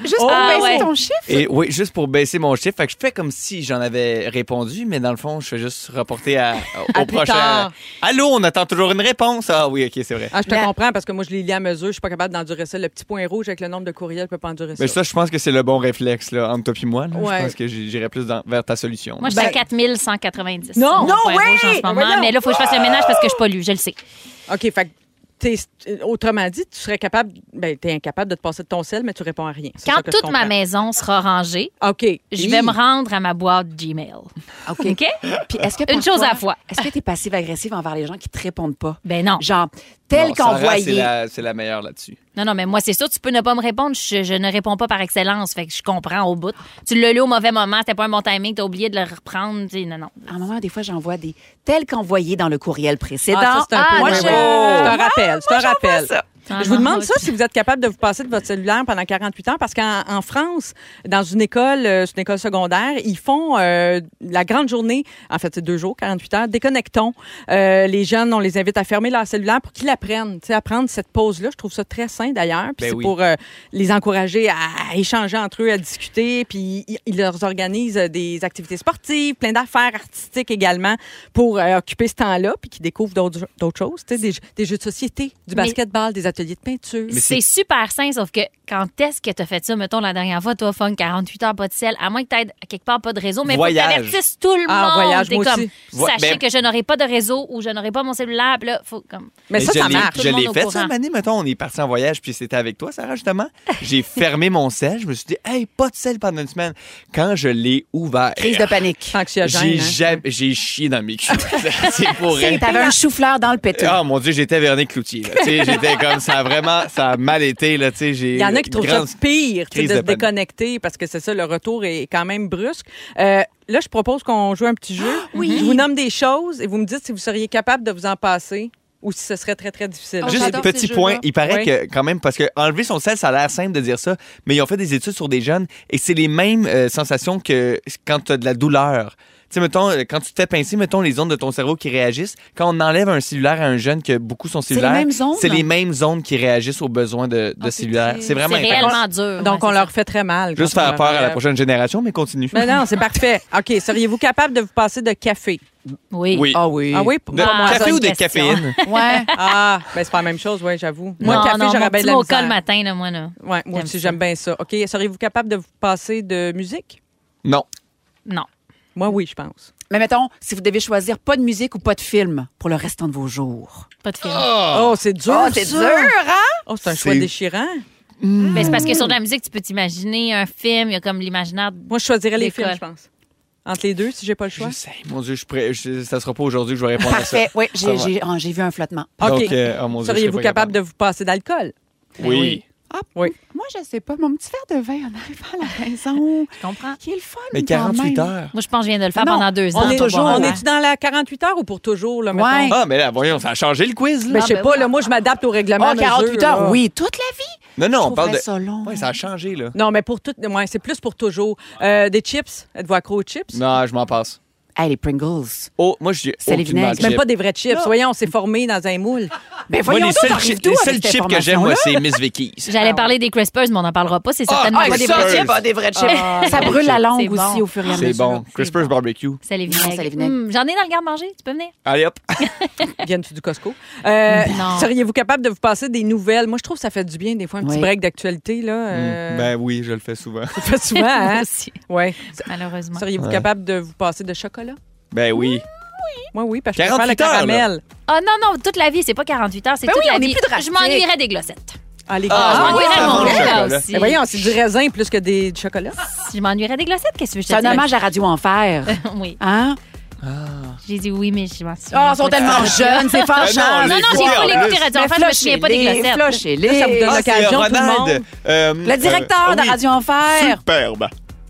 Juste oh, pour ben, Ah, baisser ouais. ton chiffre. Et oui, juste pour baisser mon chiffre, fait que je fais comme si j'en avais répondu, mais dans le fond, je fais juste [laughs] reporter à, au À plus prochain. tard. Allô, on attend toujours une réponse. Ah oui, ok, c'est vrai. Ah, je te Mais- comprends parce que moi, je les lis à mesure. Je suis pas capable d'endurer ça. Le petit point rouge avec le nombre de courriels, je peux pas endurer ça. Mais ça, je pense que c'est le bon réflexe là, entre toi et moi. là. Ouais. Je pense que j'irais plus dans- vers ta solution. Moi, je suis à 4190. Ben, Non, Mon non, point ouais! rouge en ce moment, Voyons. mais là, il faut que je fasse le ménage parce que je suis pas lue, je le sais. OK, fait que t'es- autrement dit, tu serais capable, ben, t'es incapable de te passer de ton sel, mais tu réponds à rien. C'est Quand ça que je toute ma comprends. maison sera rangée, OK. je vais me Ah, rendre à ma boîte Gmail. OK. OK? Puis est-ce que Une parfois- chose à la fois. Est-ce que tu es passive-agressive envers les gens qui te répondent pas? Ben non. Genre, tel Non, Sarah, C'est qu'envoyé. la, c'est la meilleure là-dessus. Non, non, mais moi, c'est sûr, tu peux ne pas me répondre. Je, je ne réponds pas par excellence. Fait que je comprends au bout. Tu l'as lu au mauvais moment. C'était pas un bon timing. T'as oublié de le reprendre. Tu sais, non, non. À un moment, des fois, j'envoie des tels qu'envoyés dans le courriel précédent. Ah, ça, c'est un peu moi, moins je- bon. C'est un rappel, c'est un rappel. Ah, Je vous non, demande ok. ça si vous êtes capable de vous passer de votre cellulaire pendant 48 heures parce qu'en en France, dans une école, euh, c'est une école secondaire, ils font euh, la grande journée, en fait c'est deux jours, 48 heures, déconnectons. Euh, les jeunes, on les invite à fermer leur cellulaire pour qu'ils apprennent, tu sais, à prendre cette pause-là. Je trouve ça très sain d'ailleurs. Puis Ben c'est oui. pour euh, les encourager à, à échanger entre eux, à discuter. Puis ils, ils leur organisent euh, des activités sportives, plein d'affaires artistiques également pour euh, occuper ce temps-là puis qu'ils découvrent d'autres d'autres choses, tu sais, des, jeux- des jeux de société, du Mais- basketball, des ateliers de peinture. C'est super sain, sauf que quand est-ce que t'as fait ça, mettons, la dernière fois, toi, Fun, 48 heures, pas de ciel, à moins que t'aies quelque part pas de réseau, mais faut que Voyage. t'avertisses tout le Ah, monde. voyage, T'es moi comme, aussi. Voi- sachez ben- que je n'aurai pas de réseau ou je n'aurai pas mon cellulaire, puis là, faut comme. Mais ça, je ça l'ai- marche. Tout Je le monde l'ai au fait courant. ça, Mané. Mettons, on est parti en voyage, puis c'était avec toi, Sarah, [laughs] justement. J'ai fermé mon sel. Je me suis dit, hey, pas de sel pendant une semaine. Quand je l'ai ouvert, Crise de panique. [laughs] j'ai Anxiogène. hein. jamais- j'ai chié dans [laughs] mes culs. [laughs] C'est pour Tu elle. avais un chou-fleur dans le pétou. Ah mon dieu, j'étais Vernet Cloutier. là. Tu sais, j'étais comme ça a vraiment ça a mal été là, tu sais, j'ai Il y en a qui trouvent grande- ça pire tu sais, crise de de se panique. déconnecter parce que c'est ça, le retour est quand même brusque. Euh, là, je propose qu'on joue un petit jeu. oui. Je vous nomme des choses et vous me dites si vous seriez capable de vous en passer ou si ce serait très, très difficile. Juste j'adore petit ces point, jeux-là. il paraît Oui. que quand même parce que enlever son sel, ça a l'air simple de dire ça, mais ils ont fait des études sur des jeunes et c'est les mêmes euh, sensations que quand tu as de la douleur. Tu sais, mettons, euh, quand tu te fais pincer, mettons les zones de ton cerveau qui réagissent. Quand on enlève un cellulaire à un jeune que beaucoup sont les cellulaires, mêmes zones? c'est les mêmes zones qui réagissent aux besoins de, de cellulaire. C'est C'est vraiment intense. réellement dur. Donc, ouais, on c'est leur ça. fait très mal. Juste quand on faire leur peur à la enlève. prochaine génération, mais continue. Mais non, c'est parfait. OK. Seriez-vous capable de vous passer de café? Oui. [laughs] Oui. Ah oui. Ah oui, pour De pas moi. café ça, ou une de question. caféine? [laughs] Ouais. Ah, ben c'est pas la même chose, oui, j'avoue. Moi, non, café, non, j'aurais mon bien de petit la mocha misère. le matin, là, moi, là. Ouais, moi J'aime aussi, ça. j'aime bien ça. OK. Seriez-vous capable de vous passer de musique? Non. Non. Moi, oui, je pense. Mais mettons, si vous devez choisir pas de musique ou pas de film pour le restant de vos jours. Pas de film. Oh, c'est dur. Oh, c'est ça. dur, hein? Oh, c'est un choix Ah. C'est- déchirant. Ben, c'est parce que sur de la musique, tu peux t'imaginer un film, il y a comme l'imaginaire. Moi, je choisirais les D'école. films, je pense. Entre les deux, si j'ai pas le choix. Je sais, mon Dieu, je, pré- je- ça sera pas aujourd'hui que je vais répondre à ça. Parfait. Oui, j'ai va. j'ai- ah, j'ai vu un flottement. OK. Donc, euh, oh mon Dieu, je serais Seriez-vous pas capable de vous passer d'alcool? Oui. Ah, Oui. Moi, je sais pas. Mon petit verre de vin en arrivant à la maison, Je comprends. qui est le fun. Mais quand 48 même. heures. Moi, je pense que je viens de le faire Non, pendant deux ans. On est pour boire un on verre. est-tu dans la 48 heures ou pour toujours, là, Ouais. mettons? Ah, mais là, voyons, ça a changé le quiz, là. Ben, je sais ben pas, oui. Oh, là, moi, je m'adapte au règlement. Ah, à mesure, 48 heures, là. oui, toute la vie. Non, non, on Je parle de. trouverais ça long. Ouais, ça a changé, là. Non, mais pour tout, ouais, c'est plus pour toujours. Euh, des chips, êtes-vous accro aux chips? Non, je m'en passe. Hey, les Pringles. Oh, moi, je dis. C'est les aucunement vinaigres. le Même chip. pas des vrais chips. Voyons, on s'est formé dans un moule. Ben Moi, voyons donc, les seuls t'arrives chips- d'où les avec seuls cette chips que j'aime, moi, information-là? c'est Miss Vicky's. J'allais parler des Crispers, mais on n'en parlera pas. C'est certainement ah, pas des ça, vrais je- chips. Ah, des vrais chips. Ah, ça brûle la langue C'est bon. aussi au fur et à mesure. C'est bon. c'est Crispers bon. barbecue. C'est les Non, Ah, c'est les vinaigres. vinaigres. Hum, J'en ai dans le garde-manger. Tu peux venir? Allez, hop. Viennent-tu du Costco? Euh, Non. Seriez-vous capable de vous passer des nouvelles? Moi, je trouve que ça fait du bien, des fois, un petit Oui. break d'actualité, Mm. là. Mm. euh, Ben oui, je le fais [laughs] souvent. [laughs] Ça fait souvent, [laughs] Moi hein? aussi, Oui. malheureusement. Seriez-vous Ouais. capable de vous passer de chocolat? Ben oui. Moi, oui, parce que je préfère le 48 heures, là. caramel. Ah non, non, toute la vie, c'est pas 48 heures, c'est Ben toute oui, la on est vie. plus drastique. Je m'ennuierais des glossettes. Ah, les je Ah, gars. m'ennuierais de ça mon mange le verre chocolat. aussi. Ben Mais voyons, c'est du raisin plus que des du chocolat. Je m'ennuierais des glossettes, qu'est-ce que je C'est un te hommage à Radio Enfer. dis? [laughs] Oui, Hein? j'ai dit oui, mais je m'en Ah, souviens. pas. ils sont [laughs] tellement jeunes, c'est Ah fâchant. Non, non, Les j'ai fois, pas là, l'écouter Radio Enfer, je me souviens pas des glossettes. Là, ça vous donne Ah, c'est, l'occasion, euh, tout le monde. Ronald, euh, Le directeur euh, de oui. Radio Enfer. Superbe.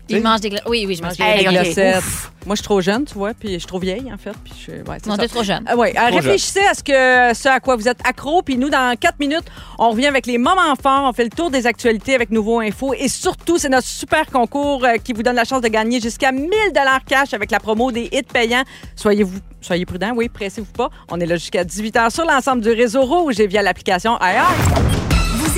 Ils mangent des glossettes. Oui, oui, je mange des Hey, Des ok. glossettes. glossettes. Ouf. Moi, je suis trop jeune, tu vois, puis je suis trop vieille, en fait. Puis je, ouais, c'est Non, ça. t'es trop jeune. Ah oui, euh, Trop réfléchissez à ce, que, ce à quoi vous êtes accro. Puis nous, dans quatre minutes, on revient avec les moments forts. On fait le tour des actualités avec Nouveau Info. Et surtout, c'est notre super concours euh, qui vous donne la chance de gagner jusqu'à 1000 cash avec la promo des hits payants. Soyez-vous. Soyez prudents, oui, pressez-vous pas. On est là jusqu'à 18h sur l'ensemble du réseau rouge et via l'application IR. Vous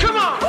Come on!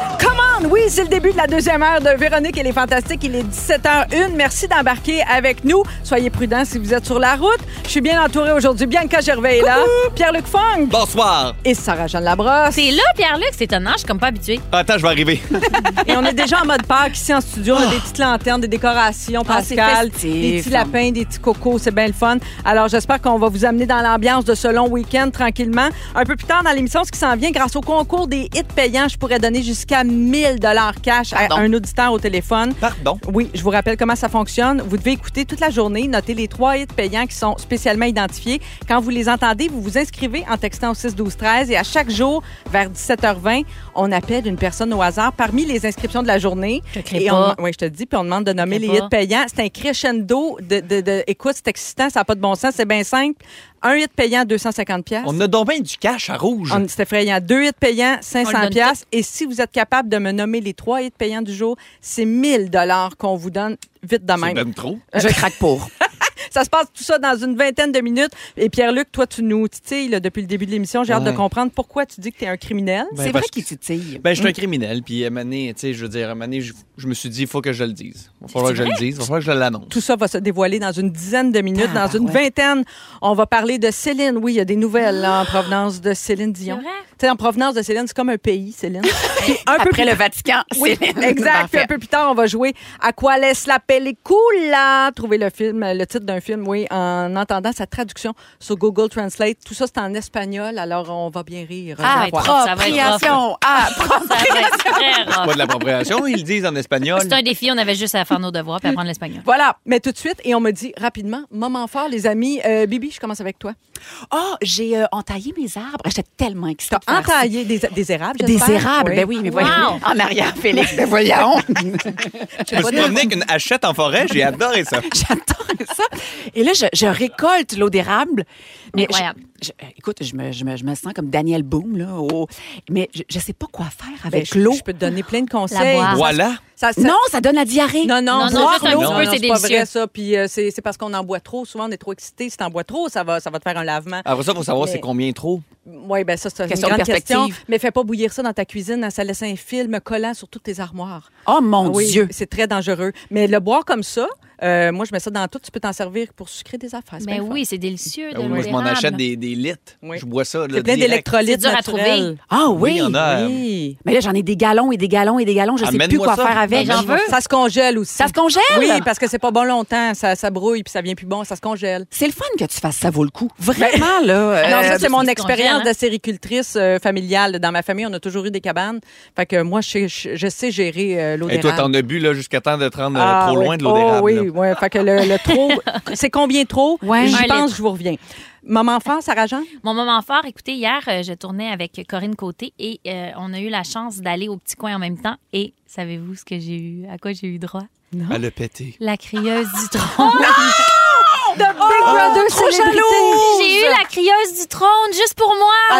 Oui, c'est le début de la deuxième heure de Véronique et les Fantastiques. Il est 17h01. Merci d'embarquer avec nous. Soyez prudents si vous êtes sur la route. Je suis bien entourée aujourd'hui. Bianca Gervais est là. Pierre-Luc Fong Bonsoir. et Sarah-Jeanne Labrosse. C'est là, Pierre-Luc, c'est étonnant, je suis comme pas habituée. Attends, je vais arriver. [laughs] [laughs] Et on est déjà en mode Pâques ici en studio. On a des petites lanternes, des décorations, Ah, c'est Pascal, festif. des petits lapins, des petits cocos. C'est bien le fun. Alors, j'espère qu'on va vous amener dans l'ambiance de ce long week-end tranquillement. Un peu plus tard dans l'émission, ce qui s'en vient, grâce au concours des hits payants, je pourrais donner jusqu'à 1000 cash à un auditeur au téléphone. Pardon. Oui, je vous rappelle comment ça fonctionne. Vous devez écouter toute la journée, noter les trois hits payants qui sont spécialement identifiés. Quand vous les entendez, vous vous inscrivez en textant au 6 12 13 et à chaque jour vers 17h20, on appelle une personne au hasard parmi les inscriptions de la journée. Je te crée Et pas. on- ouais, je te le dis, puis on demande de nommer Je les crée hits pas. payants. C'est un crescendo de, de- de- écoute, c'est excitant, ça n'a pas de bon sens, c'est bien simple. Un hit payant 250 pièces. On a donc bien du cash à rouge. On- C'est effrayant. Deux hits payants, 500 donne pièces. Et si vous êtes capable de me nommer les trois hits payants du jour, c'est 1000 dollars qu'on vous donne vite de C'est même. Euh, même trop. ben- Je craque pour. [laughs] Ça se passe tout ça dans une vingtaine de minutes. Et Pierre-Luc, toi, tu nous titilles là, depuis le début de l'émission. J'ai hâte de Ouais. comprendre pourquoi tu dis que tu es un criminel. Ben, c'est vrai parce qu'il titille. Ben, je suis un criminel, puis à un moment donné, tu sais, je veux dire, à un moment donné, je, je me suis dit, il faut que je le dise. Il va falloir que je le dise, il va falloir que je l'annonce. Tout ça va se dévoiler dans une dizaine de minutes, Ah, dans une ouais. vingtaine. On va parler de Céline. Oui, il y a des nouvelles là, Ah! en provenance de Céline Dion. C'est vrai? Tu sais, en provenance de Céline, c'est comme un pays, [laughs] Céline. Puis un peu Après le Vatican. Oui, c'est- [laughs] exact. Puis Parfait. un peu plus tard, on va jouer à quoi laisse la pellicula. Trouver le film, le titre d'un film, oui, en entendant sa traduction sur Google Translate. Tout ça, c'est en espagnol, alors on va bien rire. je Ah, Ça va crois. être rough, ça va être rough. appropriation. Ah, Ça va être très rough. Pas de l'appropriation, ils le disent en espagnol. C'est un défi, on avait juste à faire nos devoirs puis apprendre l'espagnol. Voilà, mais tout de suite, et on me dit rapidement, moment fort, les amis. Euh, Bibi, je commence avec toi. Ah, j'ai euh, entaillé mes arbres. J'étais tellement excitée. T'as de faire ça. entaillé des, des érables, Des j'espère? érables, ben oui, mais voyons. Wow. En arrière, Félix, ben [laughs] voyons. Je me suis promené avec une hachette en forêt, j'ai adoré ça. [laughs] J'attends ça. Et là, je, je récolte l'eau d'érable. Mais je- Incroyable. je- euh, écoute, je me, je, me, je me sens comme Daniel Boone, là. au- mais je ne sais pas quoi faire Ben, avec je- l'eau. Je peux te donner plein de conseils. boire. Voilà. Ça- ça- Non, ça donne la diarrhée. Non, non, Non, non, boire juste un l'eau, petit peu, c'est pas délicieux. vrai, ça. Puis euh, c'est c'est parce qu'on en boit trop. Souvent, on est trop excité. Si t'en bois trop, ça va, ça va te faire un lavement. Après ça, faut savoir Mais- c'est combien trop. Oui, ben ça, c'est une Question de grande question. perspective. Mais fais pas bouillir ça dans ta cuisine. hein, Ça laisse un film collant sur toutes tes armoires. Ah Oh mon Oui, Dieu. C'est très dangereux. Mais le boire comme ça, Euh, moi, je mets ça dans tout. Tu peux t'en servir pour sucrer des affaires. C'est Mais bien le Ben oui, c'est délicieux. De Ah oui, moi, je m'en l'érable. achète des, des litres. Oui. Je bois ça. fun. là, C'est plein direct. C'est d'électrolytes dur à trouver. naturels. Ah Oui, il y en a. euh, Oui. Mais là, j'en ai des galons et des galons et des galons. Je sais plus Amène-moi quoi ça. faire avec. Mais j'en veux. Ça se congèle aussi. Ça se congèle? Oui, parce que c'est pas bon longtemps. Ça, ça brouille puis ça vient plus bon. Ça se congèle. C'est le fun que tu fasses, ça vaut le coup. Vraiment, là. [laughs] euh, Alors, ça, tout c'est ce mon qui se expérience congèle, hein? de séricultrice euh, familiale. Dans ma famille, on a toujours eu des cabanes. Fait que moi, je, sais- je- je sais gérer euh, l'eau Et toi, d'érable. t'en as bu là, jusqu'à temps de te rendre euh, Ah, trop oui. loin de l'eau Oh, d'érable. oui, là. ouais. Fait que le, le [laughs] trop, c'est combien trop? Ouais. J'y Un pense, litre. je vous reviens. Maman enfant, Sarah Jean? Mon moment fort, écoutez, hier, euh, je tournais avec Corinne Côté et euh, on a eu la chance d'aller au petit coin en même temps. Et savez-vous ce que j'ai eu, à quoi j'ai eu droit? Ah. Ah, Elle a pété. La crieuse [laughs] du trône. Oh, Brother célébrité. j'ai eu la crieuse du trône juste pour moi.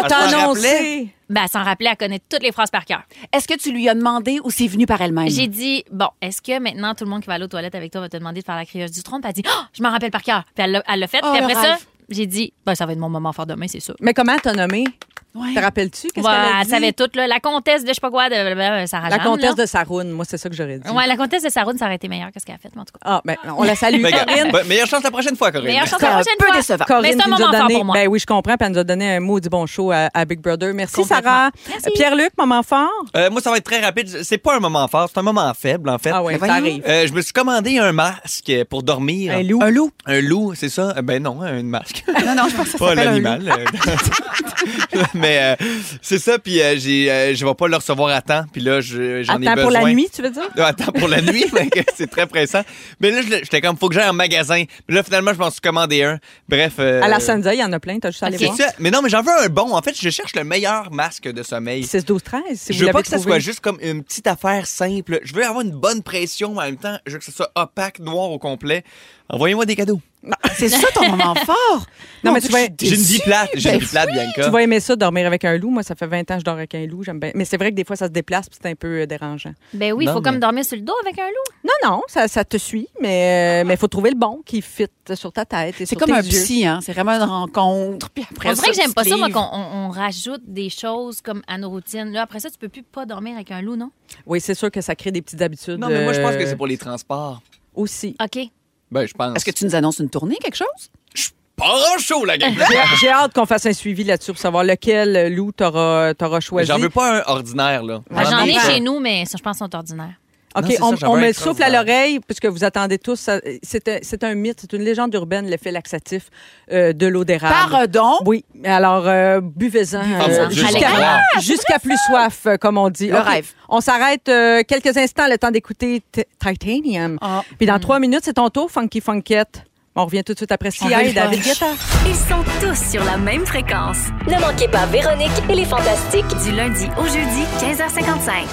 À Elle s'en t'annoncer. Ah. Ben, sans rappeler, elle connaît toutes les phrases par cœur. Est-ce que tu lui as demandé ou c'est venu par elle-même? J'ai dit, bon, est-ce que maintenant tout le monde qui va aller aux toilettes avec toi va te demander de faire la crieuse du trône? Puis elle dit, Ah, je m'en rappelle par cœur. Puis elle l'a- elle l'a fait. Oh, Puis après le ça, rêve. j'ai dit, ben, ça va être mon moment fort demain, c'est sûr. Mais comment t'as nommé? Ouais. Te rappelles-tu? Qu'est-ce Ouais, qu'elle a elle dit? savait tout, là. La comtesse de je sais pas quoi, de blablabla, Sarah La Jeanne, comtesse là. de Saroun. Moi, c'est ça que j'aurais dit. Ouais, la comtesse de Saroune, ça aurait été meilleur que ce qu'elle a fait, mais en tout cas. Ah, ben, on la salue. [laughs] Ben, regarde, Corinne. ben, meilleure chance la prochaine fois, Corinne. Meilleure chance C'est la un prochaine peu fois. décevant. Mais Corinne c'est un qui nous moment a fort donné, pour moi. ben oui, je comprends, puis elle nous a donné un mot du bon show à, à Big Brother. Merci Complètement. Sarah. Merci. Pierre-Luc, maman fort. Euh, moi, ça va être très rapide. C'est pas un moment fort, c'est un moment faible, en fait. Ah ouais, Euh, ça arrive. euh, je me suis commandé un masque pour dormir. Un loup. Un loup. Un loup, c'est ça? Euh, Ben non, un masque. Non, non, je pense que ça pas s'appelle un loup. l'animal. euh, [laughs] Mais euh, c'est ça, puis euh, j'ai, euh, je vais pas le recevoir à temps, puis là, je- j'en ai Attends besoin. pour la nuit, tu veux dire? Euh, Attends pour la nuit, [laughs] fait que c'est très pressant. Mais là, je l'ai- j'étais comme, faut que j'aille en magasin. Mais là, finalement, je m'en suis commandé un. Bref. euh, À la Sunday, il y en a plein, t'as juste à aller c'est voir. ça. Mais non, mais j'en veux un bon. En fait, je cherche le meilleur masque de sommeil. 6, 12, 13, si je vous veux l'avez pas que ça trouvé. soit juste comme une petite affaire simple. Je veux avoir une bonne pression, mais en même temps, je veux que ce soit opaque, noir au complet. Envoyez-moi des cadeaux. C'est ça ton moment fort. Non, Mon mais Dieu, tu vas- je suis J'ai une vie déçue. [laughs] plate. J'ai une Ben vie plate, Bianca. Tu vas aimer ça, dormir avec un loup. Moi, ça fait 20 ans que je dors avec un loup. J'aime bien. Mais c'est vrai que des fois, ça se déplace puis c'est un peu euh, dérangeant. Ben oui, il Non, faut comme mais- dormir sur le dos avec un loup. Non, non, ça, ça te suit, mais euh, mais faut trouver le bon qui fit sur ta tête C'est et sur comme tes un yeux. psy, hein. C'est vraiment une rencontre. Puis après On dirait que ça, j'aime tu pas ça, moi, te qu'on on- on rajoute des choses comme à nos routines. Là, après ça, tu peux plus pas dormir avec un loup, non? Oui, c'est sûr que ça crée des petites habitudes. Non, mais moi, je pense que euh, c'est pour les transports. Aussi. OK. Ben, je pense. Est-ce que tu nous annonces une tournée, quelque chose? Pas en chaud, la [laughs] gang. J'ai- J'ai hâte qu'on fasse un suivi là-dessus pour savoir lequel euh, loup t'auras t'auras choisi. J'en veux pas un ordinaire, là. Ben, J'en ai Vraiment. chez nous, mais ça, je pense, sont ordinaires. OK, Non, c'est ça, on, j'avais on un me le extra souffle à ouvert. l'oreille, puisque vous attendez tous. ça- C'est un, c'est un mythe, c'est une légende urbaine, l'effet laxatif euh, de l'eau d'érable. Pardon. Oui, alors euh, buvez-en Ah, euh, mon Dieu, je jusqu'à comprends. Ah, [laughs] jusqu'à plus soif, euh, comme on dit. Le OK, rêve. On s'arrête euh, quelques instants, le temps d'écouter T- Titanium. Ah. Puis Mm. dans trois minutes, c'est ton tour, Funky Funkette. On revient tout de suite après veut CIA et le David faire. Guetta. Ils sont tous sur la même fréquence. Ne manquez pas Véronique et les Fantastiques. Du lundi au jeudi, 15h55.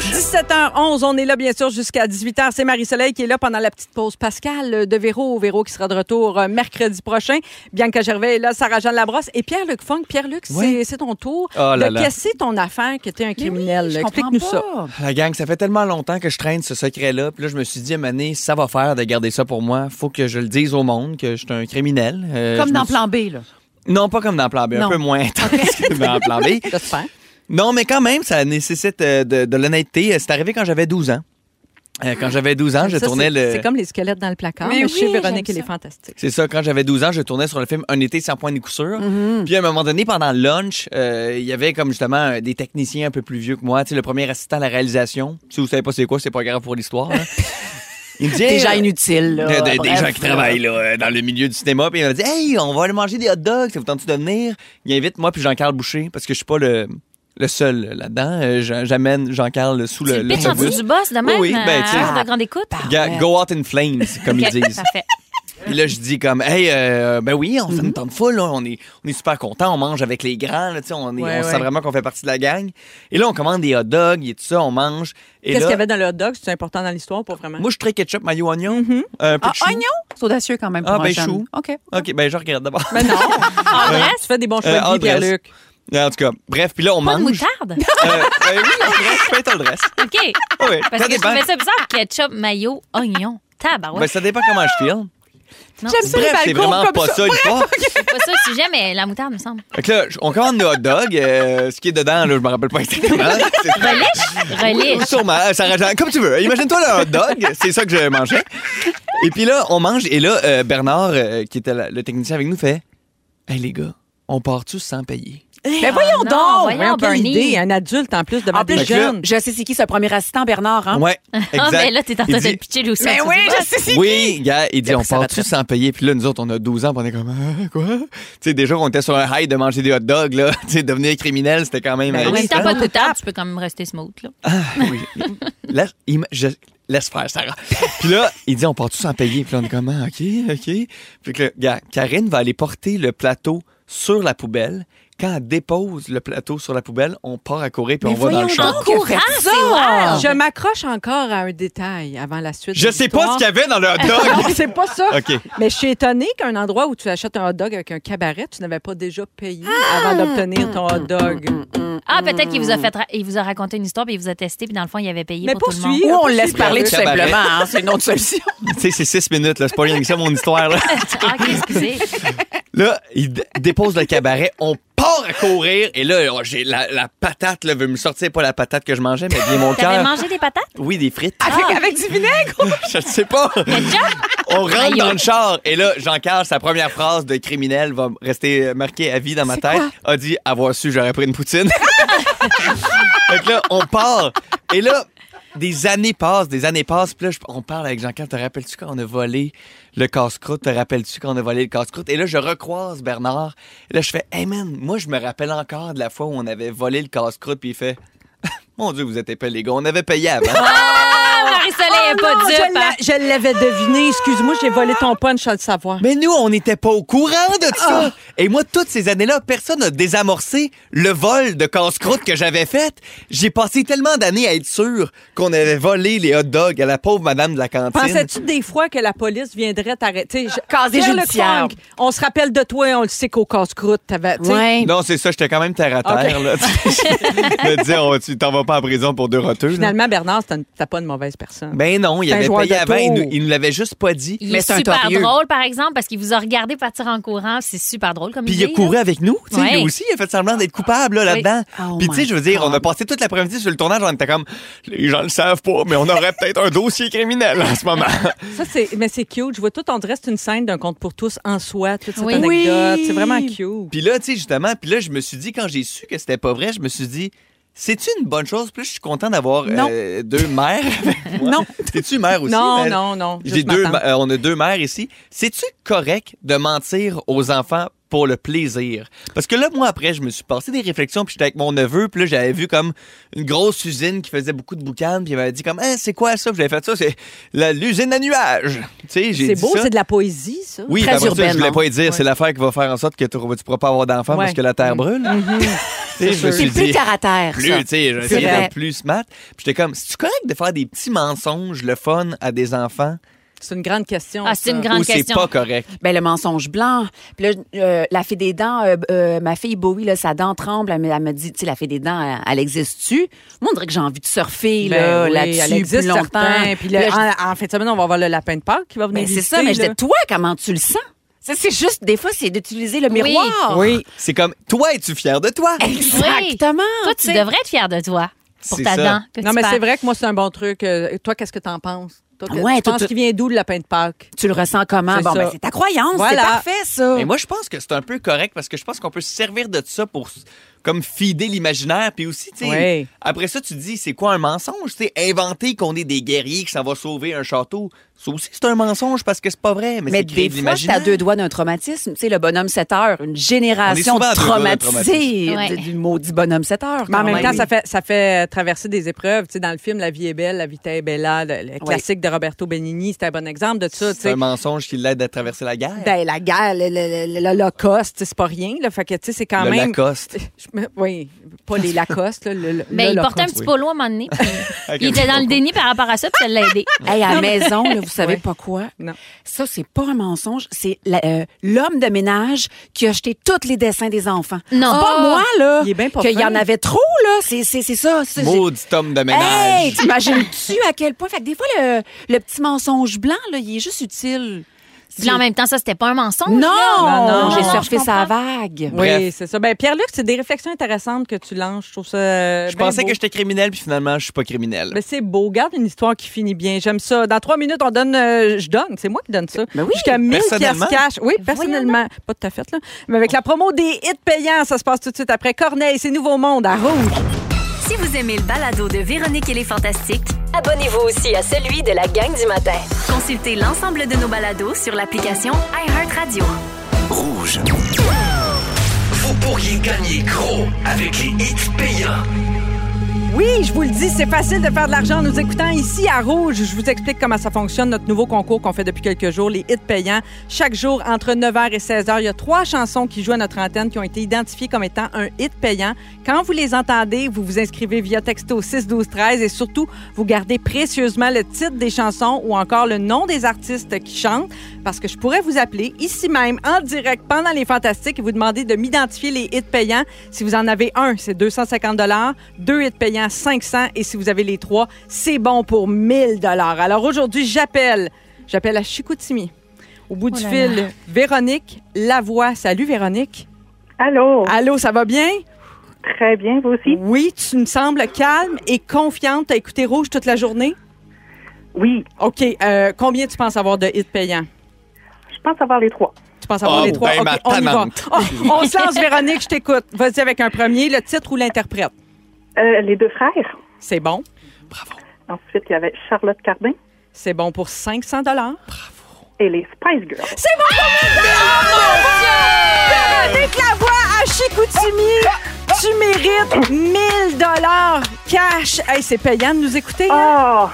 17h11, on est là bien sûr jusqu'à 18h. C'est Marie-Soleil qui est là pendant la petite pause Pascal euh, de Véro. Véro qui sera de retour euh, mercredi prochain. Bianca Gervais est là, Sarah-Jeanne Labrosse et Pierre-Luc Funk. Pierre-Luc, c'est- Ouais. c'est ton tour. Oh là de là. casser ton affaire que t'es un criminel. Je comprends Explique-nous ça. pas. La gang, ça fait tellement longtemps que je traîne ce secret-là. Puis là, je me suis dit, Mané, ça va faire de garder ça pour moi. Faut que je le dise au monde que je suis un criminel. Euh, Comme je dans me suis- Plan B, là. Non, pas comme dans Plan B. Non. Un peu moins intense que dans [laughs] Plan B. J'espère. Non, mais quand même, ça nécessite euh, de, de l'honnêteté. Euh, C'est arrivé quand j'avais 12 ans. Euh, quand j'avais 12 ans, je Ça, tournais c'est- le... C'est comme les squelettes dans le placard. Mais, Mais chez oui, Véronique, j'aime il est ça. fantastique. C'est ça, quand j'avais 12 ans, je tournais sur le film Un été sans point ni coup sûr. Mm-hmm. Puis à un moment donné, pendant le lunch, euh, il y avait comme justement euh, des techniciens un peu plus vieux que moi. Tu sais, le premier assistant à la réalisation. Si vous savez pas c'est quoi, c'est pas grave pour l'histoire. [laughs] hein. Il me dit, Déjà euh, inutile, là. Ah, de- de- des Bref, gens qui là. travaillent là, euh, dans le milieu du cinéma. Puis il m'a dit Hey, on va aller manger des hot dogs, ça vous tente de venir Il invite moi puis Jean-Carl Boucher parce que je suis pas le, le seul euh, là-dedans. Euh, j'a- J'amène Jean-Carl sous Tu euh, le. le pitches en l'autobus. dessous du boss demain Oui, oui, ben, tu sais. de grande écoute? Ga- Go out in flames, comme OK, ils disent. Parfait. Puis là, je dis comme, hey, euh, ben oui, on fait une tente full, là. on est, on est super content, on mange avec les grands, là, tu sais, on, est, Ouais, on ouais. sent vraiment qu'on fait partie de la gang. Et là, on commande des hot dogs et tout ça, on mange. Et Qu'est-ce là, qu'il y avait dans le hot dog? C'est important dans l'histoire, pas vraiment. moi, je suis très ketchup, mayo, oignon, un peu Ah, de chou. oignon? C'est audacieux quand même. Ah, pour un ben, jeune. chou. OK. Ok, ben je regarde d'abord. mais non. Ah, Andresse? tu fais des bons Euh, choix de vie, Andresse. Pierre-Luc. en tout cas, bref, puis là, on Pas de mange. moutarde? Euh, euh, oui, on dresse, je fais le dress. OK. [laughs] Oui, Parce ça que je dépend. trouvais ça bizarre. Ketchup, mayo, oignon, tabarouette. Ben, ça dépend comment je feel. J'aime Non. ça Bref, c'est les balcons vraiment comme pas ça, [laughs] le fort. C'est pas ça le sujet, mais la moutarde, me semble. Fait que là, j- on commande nos hot dogs. euh, ce qui est dedans, là, je me rappelle pas exactement. [laughs] C'est- Relish. Sûrement, euh, ça rajoute- comme tu veux. Imagine-toi le hot dog, c'est ça que je mangeais. Et puis là, on mange, et là, euh, Bernard, euh, qui était la- le technicien avec nous, fait Hey les gars, on part-tu sans payer Mais voyons donc! non, voyons. Ah, Voyons, quelle Bernie. idée, un adulte en plus devant En Ah, des plus, Fait que là- jeunes. je, je sais c'est qui ce premier assistant, Bernard. Hein? Ouais, exact. Ah, mais là, t'es en train Il de dit, le pitcher lui aussi. Ben Mais en oui, dessous du je sais c'est Oui, gars, il dit a on pris sa part-tu sans payer Puis là, nous autres, on a 12 ans, puis on est comme Ah, quoi Tu sais, déjà, on était sur un high de manger des hot dogs, là. [laughs] Tu sais, devenir criminel, c'était quand même. bar. euh, En même temps, excitant. pas de moutarde, tu peux quand même rester smooth. Là. Oui. Laisse, im- je- laisse faire, Sarah. Puis là, il dit, on part tous en payer. Puis là, on est comme, Ah, OK, OK. Puis que, gars, Karine va aller porter le plateau sur la poubelle. Quand elle dépose le plateau sur la poubelle, on part à courir puis on va dans le champ. Courage, c'est wow! Je m'accroche encore à un détail avant la suite. Je sais pas ce qu'il y avait dans le hot [laughs] Non, dog. c'est pas ça. OK. Mais je suis étonnée qu'un endroit où tu achètes un hot dog avec un cabaret, tu n'avais pas déjà payé avant d'obtenir ton hot dog. Ah, peut-être qu'il vous a fait, ra- il vous a raconté une histoire, puis il vous a testé, puis dans le fond, il avait payé Mais pour tout le monde. poursuis. Ou on le laisse Poursuivre. parler tout Cabaret. simplement, hein, c'est une autre solution. tu sais, c'est six minutes, là. C'est pas rien que ça, mon histoire, là. [laughs] Ah, ok, [laughs] excusez. Là, il d- dépose le cabaret, on part à courir. Et là, oh, j'ai la, la patate, là, veut me sortir. Pas la patate que je mangeais, mais bien mon T'avais cœur. mangé des patates? Oh! Oui, des frites. Ah, Avec, avec du vinaigre. [laughs] Je ne sais pas. On rentre dans le char et là, jean carl sa première phrase de criminel va rester euh, marquée à vie dans ma tête. A dit avoir su, j'aurais pris une poutine. [laughs] fait que là, on part. Et là, des années passent, des années passent. Puis là, je- on parle avec jean carl Te rappelles-tu quand on a volé le casse-croûte? Te rappelles-tu quand on a volé le casse-croûte? Et là, je recroise Bernard. Et là, je fais, hey man, moi, je me rappelle encore de la fois où on avait volé le casse-croûte. Puis il fait, [laughs] mon Dieu, vous êtes épais, les gars. On avait payé avant. Ah, Marie-Soleil est pas Oh Non, je dupe, hein. l'a- je l'avais deviné. Excuse-moi, j'ai volé ton punch sans le savoir. Mais nous, on n'était pas au courant de Ah. ça. Et moi, toutes ces années-là, personne n'a désamorcé le vol de casse-croûte que j'avais fait. J'ai passé tellement d'années à être sûr qu'on avait volé les hot dogs à la pauvre madame de la cantine. Pensais-tu des fois que la police viendrait t'arrêter? Je- Ah, Casier Pierre judiciaire. Lecoinc, On se rappelle de toi, on le sait qu'au casse-croûte, t'avais. tu sais. Non, c'est ça, j'étais quand même terre à terre. Là, [laughs] me dire, oh, tu t'en vas pas en prison pour deux roteux. là. Finalement, Bernard, t'as- t'as pas une mauvaise personne. Ben non, il C'est un avait joueur payé de avant, il tour. nous, il nous l'avait juste pas dit. Il Mais est c'est un super torieux. drôle, par exemple, parce qu'il vous a regardé partir en courant. C'est super drôle comme Puis il idée. a couru avec nous, tu sais, Ouais. lui aussi, il a fait semblant d'être coupable là, là-dedans. Oh Puis tu sais, my je veux dire, on a passé toute l'après-midi sur le tournage, on était comme, les gens le savent pas, mais on aurait peut-être un dossier criminel en [laughs] ce moment. Ben- Ça, c'est, mais c'est cute. Je vois tout, on dirait que c'est une scène d'un conte pour tous en soi, toute cette Oui. anecdote. Oui. C'est vraiment cute. Puis là, tu sais, justement, puis là, je me suis dit, quand j'ai su que c'était pas vrai, je me suis dit, c'est-tu une bonne chose? Puis là, je suis content d'avoir Non. euh, deux mères. [laughs] avec moi. Non. T'es-tu mère aussi? non, Ben, non, non, J'ai juste deux, m'attendre. ma- euh, on a deux mères ici. C'est-tu correct de mentir aux enfants pour le plaisir? Parce que là, moi, après, je me suis passé des réflexions, puis j'étais avec mon neveu, puis là, j'avais vu comme une grosse usine qui faisait beaucoup de boucanes, puis il m'avait dit comme, Hein, c'est quoi ça? Puis j'avais fait ça, c'est la- l'usine à nuages. Tu sais, j'ai C'est dit beau, ça. c'est de la poésie, ça. Oui, Très ben, après ça, urbaine, je voulais hein? pas y dire, c'est l'affaire qui va faire en sorte que tu ne pourras pas avoir d'enfants Ouais. parce que la terre brûle. [laughs] Tu sais, je me Mm-hmm. C'est suis plus dit, terre à terre. plus, ça. tu sais, C'est j'essayais vrai. d'être plus smart. Puis j'étais comme, c'est-tu correct de faire des petits mensonges, le fun, à des enfants C'est une grande question. Ah, c'est ça. une grande ou c'est question. pas correct? Ben, le mensonge blanc. Puis là, euh, la fée des dents, euh, euh, ma fille Bowie, là, sa dent tremble. Elle, me- elle me dit, tu sais, la fée des dents, elle, elle existe-tu? Moi, on dirait que j'ai envie de surfer là, Ben oui, elle là-dessus existe plus longtemps. certain. Puis le- Là, je- en, en fin de semaine, on va voir le lapin de Pâques qui va venir Ben, c'est visiter, ça, mais je là. dis, toi, comment tu le sens? Ça, c'est juste, des fois, c'est d'utiliser le miroir. Oui. C'est comme, toi, es-tu fier de toi? Eh. Exactement. Toi, tu sais. devrais être fier de toi pour C'est ta ça. dent. petit Non, mais père. c'est vrai que moi, c'est un bon truc. Euh, toi, qu'est-ce que t'en penses? Toi, que- Ouais, tu tout- penses tout- qu'il vient d'où le lapin de Pâques? Tu le ressens comment? C'est Bon, ben, ça. c'est ta croyance. Voilà. C'est parfait, ça. Mais moi, je pense que c'est un peu correct parce que je pense qu'on peut se servir de ça pour s- comme fider l'imaginaire. Puis aussi, tu sais, Ouais. après ça, tu te dis, c'est quoi un mensonge? Tu sais, inventer qu'on est des guerriers qui s'en va sauver un château, ça aussi, c'est un mensonge parce que c'est pas vrai. Mais, Mais c'est des créer de fois, t'as l'imaginaire. deux doigts d'un traumatisme. Tu sais, le bonhomme 7 heures, une génération On est souvent à deux doigts d'un traumatisée traumatisme. de- Ouais. du maudit bonhomme 7 heures. Mais en quand même temps, ça fait, ça fait euh, traverser des épreuves. Tu sais, dans le film La vie est belle, La vita est bella, le, le classique de Roberto Benigni, c'est un bon exemple de ça. tu C'est sais. un mensonge qui l'aide à traverser la guerre. Ben, la guerre, le- le- le- l'Holocauste, c'est pas rien. Là. Fait que, tu sais, c'est quand le même. Lacoste. [laughs] Je me- Oui, pas les Lacoste. Là, le, le- Mais Ben, il portait un l'Holocauste. petit polo à un moment donné. puis [laughs] Avec il un était dans petit le déni par rapport à ça, puis ça l'a [laughs] aidé. Hey, à la [laughs] maison, là, vous savez Ouais. pas quoi? Non. Ça, c'est pas un mensonge. C'est la- euh, l'homme de ménage qui a jeté tous les dessins des enfants. Non. C'est pas moi, là. Il est bien pas Qu'il y fin. en avait trop, là. C'est c'est- c'est ça. ça, j'ai- Maudit homme de ménage. Hey, t'imagines-tu à quel point? Fait que des fois, le, le petit mensonge blanc, là, il est juste utile. Puis là, en même temps, ça, c'était pas un mensonge. Non! là. Oh, Non, non, J'ai non, surfé je sa comprends. vague. Oui, c'est ça. Ben, Pierre-Luc, c'est des réflexions intéressantes que tu lances. Je trouve ça. euh, Je pensais que j'étais criminel, puis finalement, je suis pas criminel. Mais Ben, c'est beau. Garde une histoire qui finit bien. J'aime ça. Dans trois minutes, on donne. euh, je donne. C'est moi qui donne ça. Ben oui. Jusqu'à 1000 piastres Personnellement? cash. Oui, personnellement. Pas tout à fait, là. Mais avec la promo des hits payants, ça se passe tout de suite après Corneille. C'est Nouveau Monde à Rouge. Si vous aimez le balado de Véronique et les Fantastiques, Abonnez-vous aussi à celui de la gang du matin. consultez l'ensemble de nos balados sur l'application iHeartRadio. Rouge. Vous pourriez gagner gros avec les hits payants. Oui, je vous le dis, c'est facile de faire de l'argent en nous écoutant ici à Rouge. Je vous explique comment ça fonctionne, notre nouveau concours qu'on fait depuis quelques jours, les hits payants. Chaque jour, entre 9h et 16h, il y a trois chansons qui jouent à notre antenne qui ont été identifiées comme étant un hit payant. Quand vous les entendez, vous vous inscrivez via texto 6 12 13 et surtout, vous gardez précieusement le titre des chansons ou encore le nom des artistes qui chantent parce que je pourrais vous appeler ici même en direct pendant les Fantastiques et vous demander de m'identifier les hits payants. Si vous en avez un, c'est 250 dollars, deux hits payants 500 et si vous avez les trois, c'est bon pour 1000 dollars. Alors aujourd'hui, j'appelle, j'appelle à Chicoutimi. Au bout du Oh là fil, là. Véronique Lavoie. Salut Véronique. Allô, Allô, ça va bien? très bien, vous aussi? Oui, tu me sembles calme et confiante. T'as écouté Rouge toute la journée? Oui, OK. euh, combien tu penses avoir de hits payants? je pense avoir les trois. Tu penses avoir Oh, les trois? ben, OK, ma on y va. tanante. Oh, on se lance, Véronique, je t'écoute. Vas-y avec un premier, le titre ou l'interprète. Euh, les deux frères. C'est bon. Ensuite, il y avait Charlotte Cardin C'est bon pour 500 et les Spice Girls. C'est bon pour Ah, mon Véronique Lavoie à Chicoutimi, tu mérites 1000 dollars cash. Hey, c'est payant de nous écouter. hein? Oh,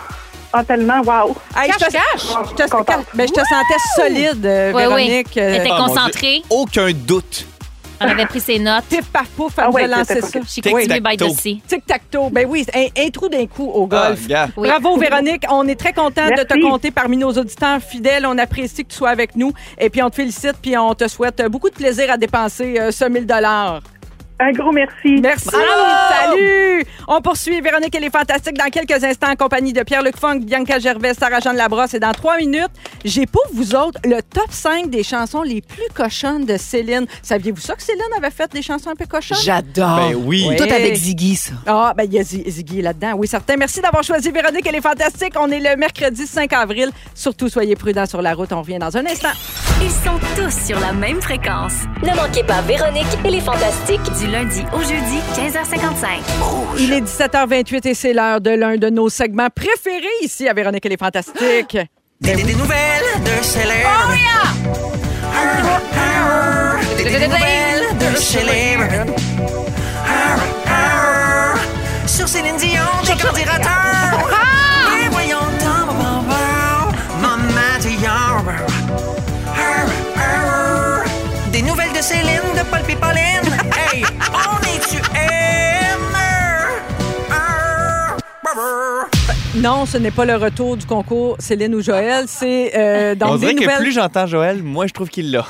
ah, tellement, wow. Hey, je te, Je te, Contente. ben, je te sentais solide, euh, Oui, oui. Véronique. Elle Euh, était Ah, mon concentrée. Dieu. Aucun doute. Elle avait pris ses notes. Pif, paf, pouf, elle Ah nous ouais, a c'était lancé ça. She Tic-tac-toe. continued by the sea. Tic-tac-toe. Ben oui, un, un trou d'un coup au Ah, golf. gars. Oui. Bravo Véronique, on est très content de te Merci. compter parmi nos auditeurs fidèles. On apprécie que tu sois avec nous et puis on te félicite puis on te souhaite beaucoup de plaisir à dépenser euh, ce 1000 dollars. Un gros merci. Merci. Salut. On poursuit Véronique elle est fantastique dans quelques instants en compagnie de Pierre-Luc Funk, Bianca Gervais, Sarah Jeanne Labrosse et dans trois minutes, j'ai pour vous autres le top 5 des chansons les plus cochonnes de Céline. Saviez-vous ça que Céline avait fait des chansons un peu cochonnes J'adore. Ben oui. Tout Oui. avec Ziggy, ça. Ah, ben il y a Zi- Ziggy là-dedans. Oui, certain. Merci d'avoir choisi Véronique. Elle est fantastique. On est le mercredi 5 avril. Surtout, soyez prudents sur la route. On revient dans un instant. Ils sont tous sur la même fréquence. Ne manquez pas Véronique et les Fantastiques. Du lundi au jeudi, 15h55. Il est 17h28 et c'est l'heure de l'un de nos segments préférés ici à Véronique et les Fantastiques. Des, des nouvelles de célèbres. Oh yeah! Des, des nouvelles de célèbres. Arr, arr. Sur Céline Dion, des candidateurs. Mais voyons donc, bon, bon, Maman Dion. Arr, arr. Des nouvelles de Céline, de Paul pis Pauline. Hey, on est-tu aimes? Arr, brr. Non, ce n'est pas le retour du concours Céline ou Joël. C'est euh, dans On des dirait que nouvelles. plus j'entends Joël, moi, je trouve qu'il [laughs] l'a.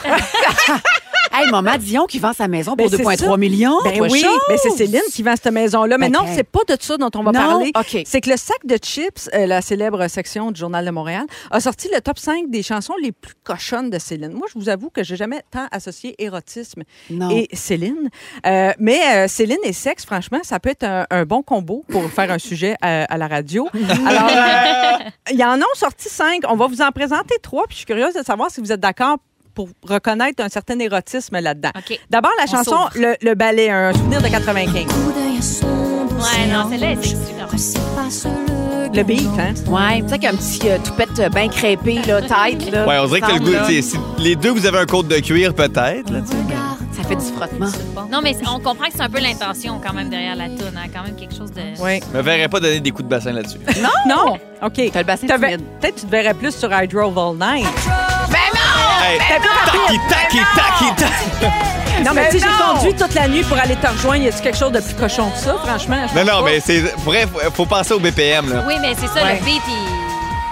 Hey, maman Dion qui vend sa maison pour Ben, c'est ça. 2,3 millions. Ben toi, oui, chose. ben c'est Céline qui vend cette maison-là. Mais Ben, non, hey. c'est pas de ça dont on va Non? parler. OK. C'est que le sac de chips, euh, la célèbre section du Journal de Montréal, a sorti le top 5 des chansons les plus cochonnes de Céline. Moi, je vous avoue que j'ai jamais tant associé érotisme Non. et Céline. Euh, mais euh, Céline et sexe, franchement, ça peut être un, un bon combo pour faire un sujet euh, à la [laughs] radio. Alors, euh, il y en a sorti cinq. On va vous en présenter trois. Puis je suis curieuse de savoir si vous êtes d'accord pour reconnaître un certain érotisme là-dedans. OK. D'abord, la On chanson s'ouvre. le, le ballet, un souvenir de 95. Ouais, non, celle-là, elle s'excuse. Le beat, hein? Ouais, tu sais qu'un petit euh, toupette euh, bien crêpé, là, tête, là. Ouais, on dirait que le semble, là. goût, tu sais, si les deux, vous avez un côte de cuir, peut-être. là, tu sais. Ça fait du frottement. Non, mais on comprend que c'est un peu l'intention quand même derrière la toune. Hein? Quand même quelque chose de... Oui. Je me verrais pas donner des coups de bassin là-dessus. Oh! Non? OK. T'as le bassin T'avais- timide. Peut-être que tu te verrais plus sur I Drove All Night. Hey, taqui, taqui, taqui, taqui. Non, mais tu sais, j'ai conduit toute la nuit pour aller te rejoindre. Y a-tu quelque chose de plus cochon que ça, franchement? Je Non, pense non, pas. mais c'est. Bref, faut penser au BPM, là. Oui, mais c'est ça, le beat, il...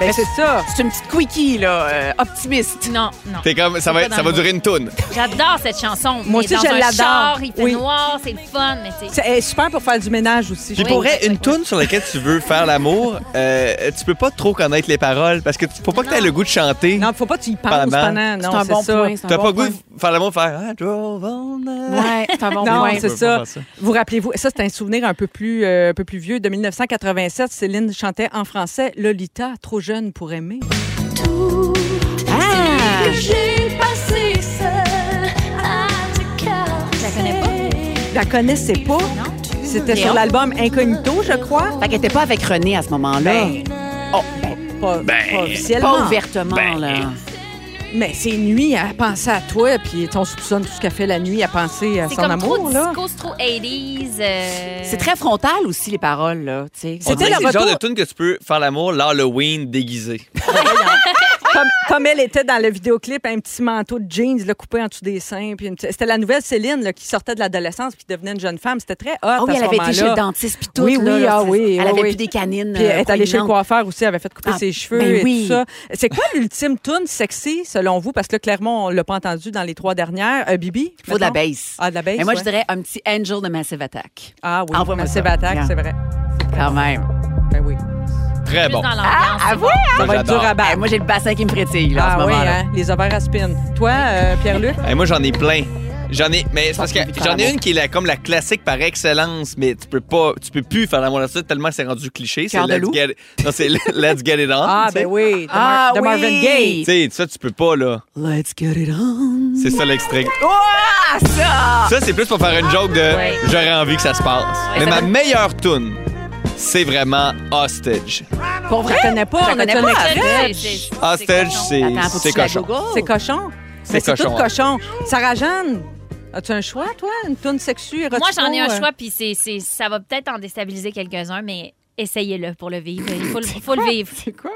Ben, c'est ça. C'est une petite quickie, là, euh, optimiste. Non, non. T'es comme, ça va, pas être- dans ça va le durer une toune. J'adore cette chanson. Moi Il est aussi, dans je un l'adore. char, Il fait Oui. noir, c'est le fun, mais tu C'est sais. elle est super pour faire du ménage aussi. Puis Oui, pour vrai, une oui. toune sur laquelle tu veux faire l'amour, euh, tu peux pas trop connaître les paroles parce que tu- faut pas que t'aies le goût de chanter. Non, faut pas que tu y penses Pendant. pendant. C'est Non, un bon ça. point. c'est un T'as bon pas le goût point. de faire l'amour, faire I drove all night. Ouais, c'est un bon Non, point. c'est peux pas ça. faire ça. Vous rappelez-vous, ça c'est un souvenir un peu plus, euh, un peu plus vieux. De 1987, Céline chantait en français Lolita, trop jeune pour aimer. Ah! Je la connais pas. Je la connaissais pas. C'était sur l'album Incognito, je crois. Ben, Fait qu'elle était pas avec René à ce moment-là. Ben, oh, ben, pas, pas officiellement. Pas ouvertement, Ben. là. Mais c'est nuit à penser à toi, puis on soupçonne tout ce qu'elle fait la nuit à penser à C'est son comme amour. trop là. disco, c'est trop 80s. euh, C'est très frontal aussi, les paroles, là. tu sais. On C'était dirait le que c'est le genre de retour- tune que tu peux faire l'amour l'Halloween déguisé. comme, comme elle était dans le vidéoclip, un petit manteau de jeans là, coupé en dessous des seins. puis une petite- C'était la nouvelle Céline là, qui sortait de l'adolescence puis qui devenait une jeune femme. C'était très hot. Ah oui, à ce elle avait été chez moment-là. le dentiste, puis tout. Oui, là, oui, là, ah c'est- oui, Elle oui, avait oui. plus des canines. Puis elle est allée chez le quoi coiffeur aussi, elle avait fait couper Ah, ses cheveux ben et oui. tout ça. C'est quoi l'ultime tune sexy, selon vous? Parce que là, clairement, on l'a pas entendu dans les trois dernières. Euh, Bibi? Faut de la mettons? base. Ah, de la base, Mais moi, je ouais. dirais un petit Angel de Massive Attack. Ah oui, Envoie-moi Massive ça. Attack, Yeah. c'est vrai. Quand même. Ben oui. Très plus bon. dans l'ambiance. Ah, c'est oui? Ça va être dur à Eh, battre. moi, j'ai le bassin qui me frétille, là, en Ah ce oui, moment-là. hein, les ovaires à spin. Toi, euh, [laughs] Pierre-Luc? Eh, moi, j'en ai plein. J'en ai, mais c'est parce que Pas envie de j'en faire ai une qui est la- comme la classique par excellence, mais tu peux pas, tu peux plus faire l'amour là-dessus tellement que c'est rendu cliché. C'est Cœur de Let's loup. Get It- non, c'est [laughs] Let's Get It On. Ah, tu sais. ben oui, de, Ah Mar- de Marvin oui. Gaye. Tu sais, ça, tu peux pas, là. Let's get it on. C'est ça l'extrait. Ah, ça! Ça, c'est plus pour faire une joke de Ouais. j'aurais envie que ça se passe. Mais ma meilleure tune, c'est vraiment Hostage. Pour Hein? vrai? Je connais pas. on Je a connais connu- pas. c'est- c'est- c'est- Hostage, Ah, c'est Attends, faut que c'est tu la cochon. googles. C'est cochon. C'est Mais C'est cochon, tout cochon. Sarah Jeanne, as-tu un choix, toi? Une toune sexu? Moi, j'en ai un érotico, euh? choix, puis c'est, c'est- ça va peut-être en déstabiliser quelques-uns, mais essayez-le pour le vivre. Il faut, le- [laughs] faut le vivre. euh, C'est quoi?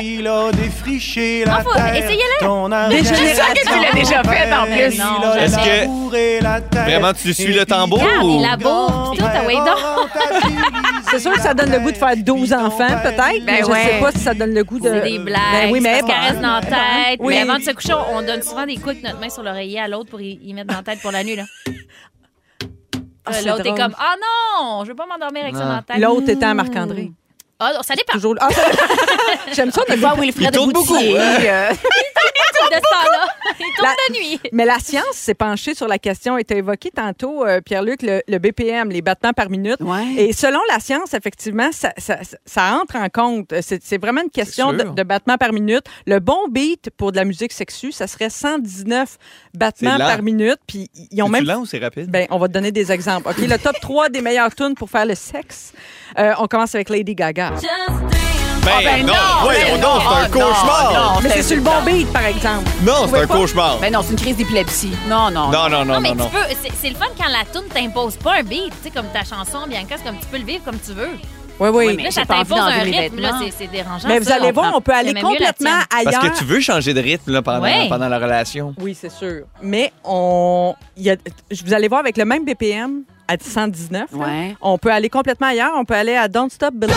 Il a défriché la Ah, faut- terre. essayez-le. Ton âme Des est générations. son Tu l'as déjà fait, père. en plus. Il Non, a je Est-ce sais. que labouré la terre. vraiment tu suis le tambour Regarde, ou il a beau, puis tout, ah ouais, donc. C'est sûr que ça donne le goût de faire 12 enfants, peut-être, mais je ouais. sais pas si ça donne le goût de... Ben C'est des blagues, Ben oui, mais ça se caresse dans la tête. Oui. Mais avant de se coucher, on on donne souvent des coups avec notre main sur l'oreiller à l'autre pour y, y mettre dans la tête pour la nuit. Là. Ah, Euh, c'est l'autre est drôle. comme Ah non, je veux pas m'endormir Ah. avec ça dans la tête. L'autre étant Marc-André. Ah, ça dépend. Toujours... Ah, ça- [laughs] J'aime ça de Pas Wilfred tourne hein. Boutier. euh, de ce là [laughs] Il tourne La- de nuit. Mais la science s'est penchée sur la question. Et t'as évoqué tantôt, euh, Pierre-Luc, le, le BPM, les battements par minute. Ouais. Et selon la science, effectivement, ça, ça- ça- ça entre en compte. C'est c'est vraiment une question de, sûr. de battements par minute. Le bon beat pour de la musique sexue, ça serait 119 battements C'est lent. par minute. Puis ils ont C'est-tu même lent ou c'est rapide? Ben, on va te donner des exemples. OK, le top 3 des meilleures tunes pour faire le sexe. Euh, on commence avec Lady Gaga. Ben, non, voyons donc, c'est un cauchemar! Ah, Mais c'est sur le bon beat, par exemple. Non, c'est un pas? cauchemar! Ben non, c'est une crise d'épilepsie. Non, non. Non, non, non, Non, mais non, non. tu peux. C'est, c'est le fun quand la tune t'impose pas un beat, tu sais, comme ta chanson, Bianca, c'est comme tu peux le vivre comme tu veux. Oui, oui. Oui, mais là, ça j'ai pas envie t'impose un d'enlever mes rythme, là, vêtements. c'est, c'est dérangeant. vous ça, allez voir, comprend. on peut aller J'aimais mieux la complètement tienne. ailleurs. Parce que tu veux changer de rythme là, pendant, Ouais. pendant la relation. Oui, c'est sûr. Mais on, il y a- je- vous allez voir avec le même BPM à 119, là, Ouais. on peut aller complètement ailleurs. On peut aller à Don't Stop Believing.